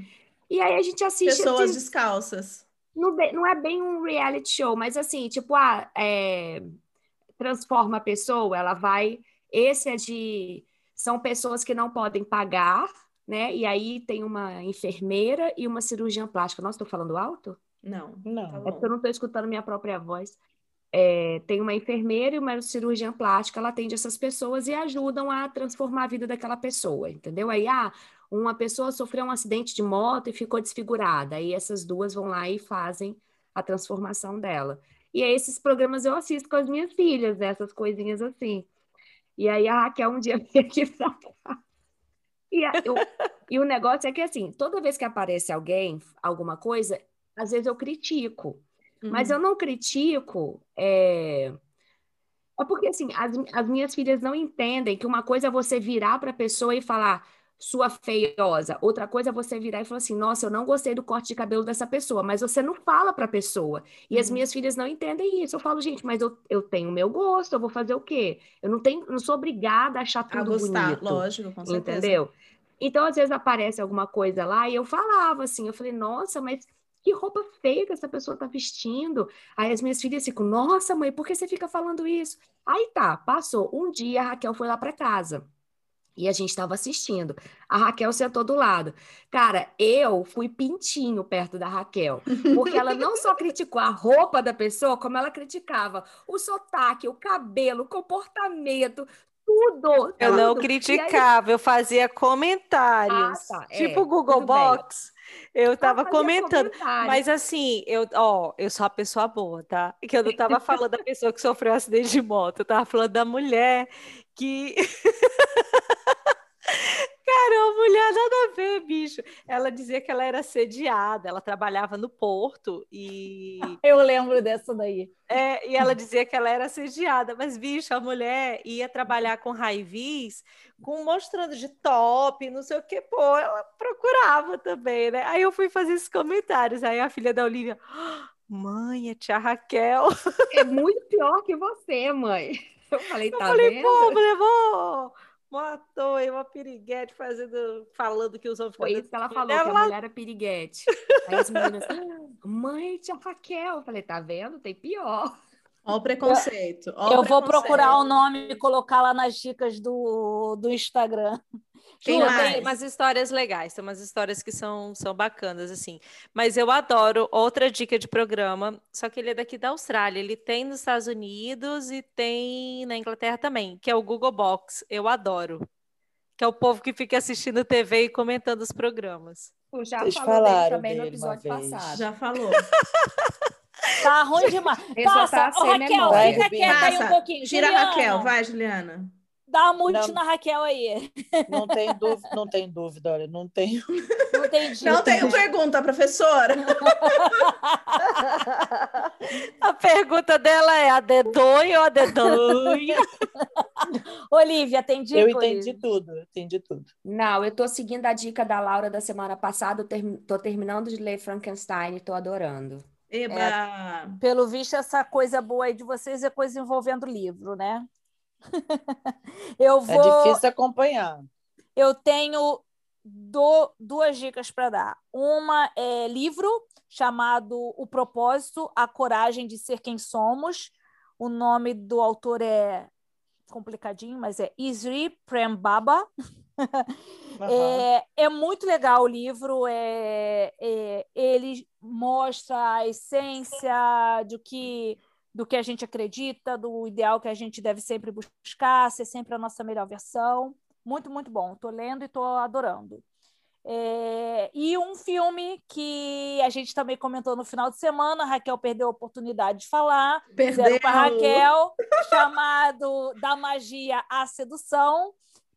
E aí a gente assiste. Pessoas assim, descalças. não, be- não é bem um reality show, mas assim, tipo, ah, é, transforma a pessoa, ela vai. Esse é de. São pessoas que não podem pagar, né? E aí tem uma enfermeira e uma cirurgiã plástica. Nossa, estou falando alto? Não. Tá Não. É porque eu não estou escutando minha própria voz. É, tem uma enfermeira e uma cirurgiã plástica, ela atende essas pessoas e ajudam a transformar a vida daquela pessoa, entendeu? Aí, ah, uma pessoa sofreu um acidente de moto e ficou desfigurada, aí essas duas vão lá e fazem a transformação dela. E aí, esses programas eu assisto com as minhas filhas, né, essas coisinhas assim. E aí, a Raquel um dia veio aqui pra cá. E, a- eu- e o negócio é que, assim, toda vez que aparece alguém, alguma coisa, às vezes eu critico. Mas Uhum. eu não critico. É... é porque, assim, as, as minhas filhas não entendem que uma coisa é você virar para a pessoa e falar, sua feiosa. Outra coisa é você virar e falar assim, nossa, eu não gostei do corte de cabelo dessa pessoa. Mas você não fala para a pessoa. E Uhum. as minhas filhas não entendem isso. Eu falo, gente, mas eu, eu tenho o meu gosto, eu vou fazer o quê? Eu não, tenho, não sou obrigada a achar A tudo gostar, bonito. lógico, com certeza. Entendeu? Então, às vezes aparece alguma coisa lá e eu falava assim, eu falei, nossa, mas que roupa feia que essa pessoa tá vestindo. Aí as minhas filhas ficam, nossa, mãe, por que você fica falando isso? Aí tá, passou. Um dia a Raquel foi lá para casa. E a gente estava assistindo. A Raquel sentou do lado. Cara, eu fui pintinho perto da Raquel, porque ela não só criticou a roupa da pessoa, como ela criticava o sotaque, o cabelo, o comportamento, tudo. Eu não tudo. É E aí- criticava, eu fazia comentários. Ah, tá, é, tipo o Google tudo bem. Box, eu Ela tava fazia comentando. comentário. Mas assim, eu, ó, eu sou a pessoa boa, tá? Que eu não tava falando da pessoa que sofreu um acidente de moto, eu tava falando da mulher que. Cara, é uma mulher nada a ver, bicho. Ela dizia que ela era assediada, ela trabalhava no porto e Eu lembro dessa daí. é, e ela dizia que ela era assediada, mas, bicho, a mulher ia trabalhar com raivis, com mostrando de top, não sei o que, pô, ela procurava também, né? Aí eu fui fazer esses comentários, aí a filha da Olivia, "Ah, mãe, é tia Raquel. É muito pior que você, mãe. Eu falei, Eu tá falei, vendo? pô, mulher, vó, mó ator, e uma piriguete fazendo, falando que os homens ficam Foi dando isso que ela de falou, mulher, que a ela- mulher era piriguete. Aí as meninas, "Ah, mãe, tia Raquel. Eu falei, tá vendo? Tem pior. Ó o preconceito. ó o Eu vou preconceito. procurar o nome e colocar lá nas dicas do, do Instagram. Quem Juro, mais? tem umas histórias legais, tem umas histórias que são, são bacanas, assim. Mas eu adoro outra dica de programa, só que ele é daqui da Austrália. Ele tem nos Estados Unidos e tem na Inglaterra também, que é o Google Box. Eu adoro. Que é o povo que fica assistindo TV e comentando os programas. Tu já Vocês falou dele falaram também no dele uma episódio vez. passado. Já falou. Tá ruim demais. Ele só Passa, tá ô, sem Raquel, memória. fica quieta aí Passa, um pouquinho. Tira a Juliana, Raquel, vai, Juliana. Dá um mute Não. na Raquel aí. Não tem dúvida, não tem dúvida, olha, não tem. Não entendi. Não tenho pergunta, professora. A pergunta dela é a dedonha ou a dedonha? Olivia, tem dica, Eu Olivia? entendi tudo, eu entendi tudo. Não, eu tô seguindo a dica da Laura da semana passada. Eu termi- tô terminando de ler Frankenstein e tô adorando. Eba! É, Pelo visto, essa coisa boa aí de vocês é coisa envolvendo livro, né? Eu É vou. difícil acompanhar. Eu tenho do- duas dicas para dar. Uma é livro chamado O Propósito, A Coragem de Ser Quem Somos. O nome do autor é complicadinho, mas é Isri Prembaba. Aham. É, é muito legal o livro. É, é- ele mostra a essência do que, do que a gente acredita, do ideal que a gente deve sempre buscar, ser sempre a nossa melhor versão. Muito, muito bom. Estou lendo e estou adorando. É, e um filme que a gente também comentou no final de semana, a Raquel perdeu a oportunidade de falar, Perdeu. Zero para Raquel, chamado Da Magia à Sedução,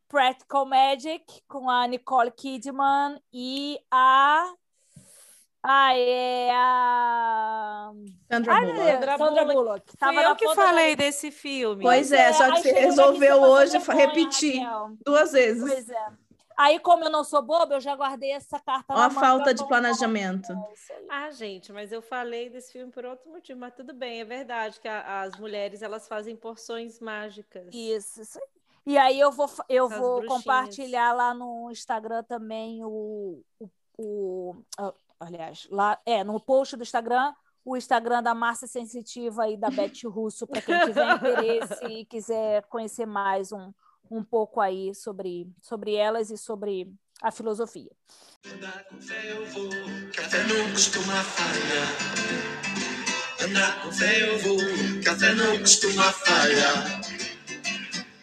Practical Magic, com a Nicole Kidman e a. Ah, é a. Sandra Ai, meu Bullock. Deus, Sandra, Bullock. Bullock. Fui Tava eu na que ponta da falei desse filme. Pois é, só aí que você tá chegou na resolveu missão, hoje você vergonha, repetir Raquel. duas vezes. Pois é. Aí, como eu não sou boba, eu já guardei essa carta Ó a falta de planejamento. Ah, gente, mas eu falei desse filme por outro motivo, mas tudo bem, é verdade que a- as mulheres elas fazem porções mágicas. Isso, isso aí. E aí eu vou, fa- eu As vou bruxinhas. compartilhar lá no Instagram também o, o, o- ah, aliás, lá é no post do Instagram o Instagram da Márcia Sensitiva e da Beth Russo para quem tiver interesse e quiser conhecer mais um, um pouco aí sobre, sobre elas e sobre a filosofia. Andar com fé eu vou, que a fé não costuma falhar. Andar com fé eu vou, que a fé não costuma falhar.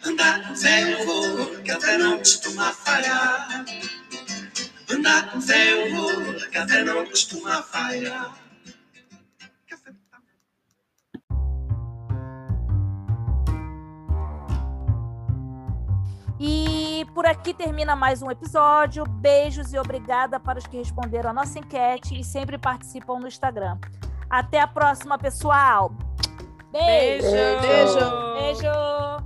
Andar com fé eu vou, que a fé não costuma falhar. Andar com fé eu vou, que a fé não costuma falhar. Que a fé não tá E por aqui termina mais um episódio. Beijos e obrigada para os que responderam a nossa enquete e sempre participam no Instagram. Até a próxima, pessoal. Beijo. Beijo! É Beijo. Beijo.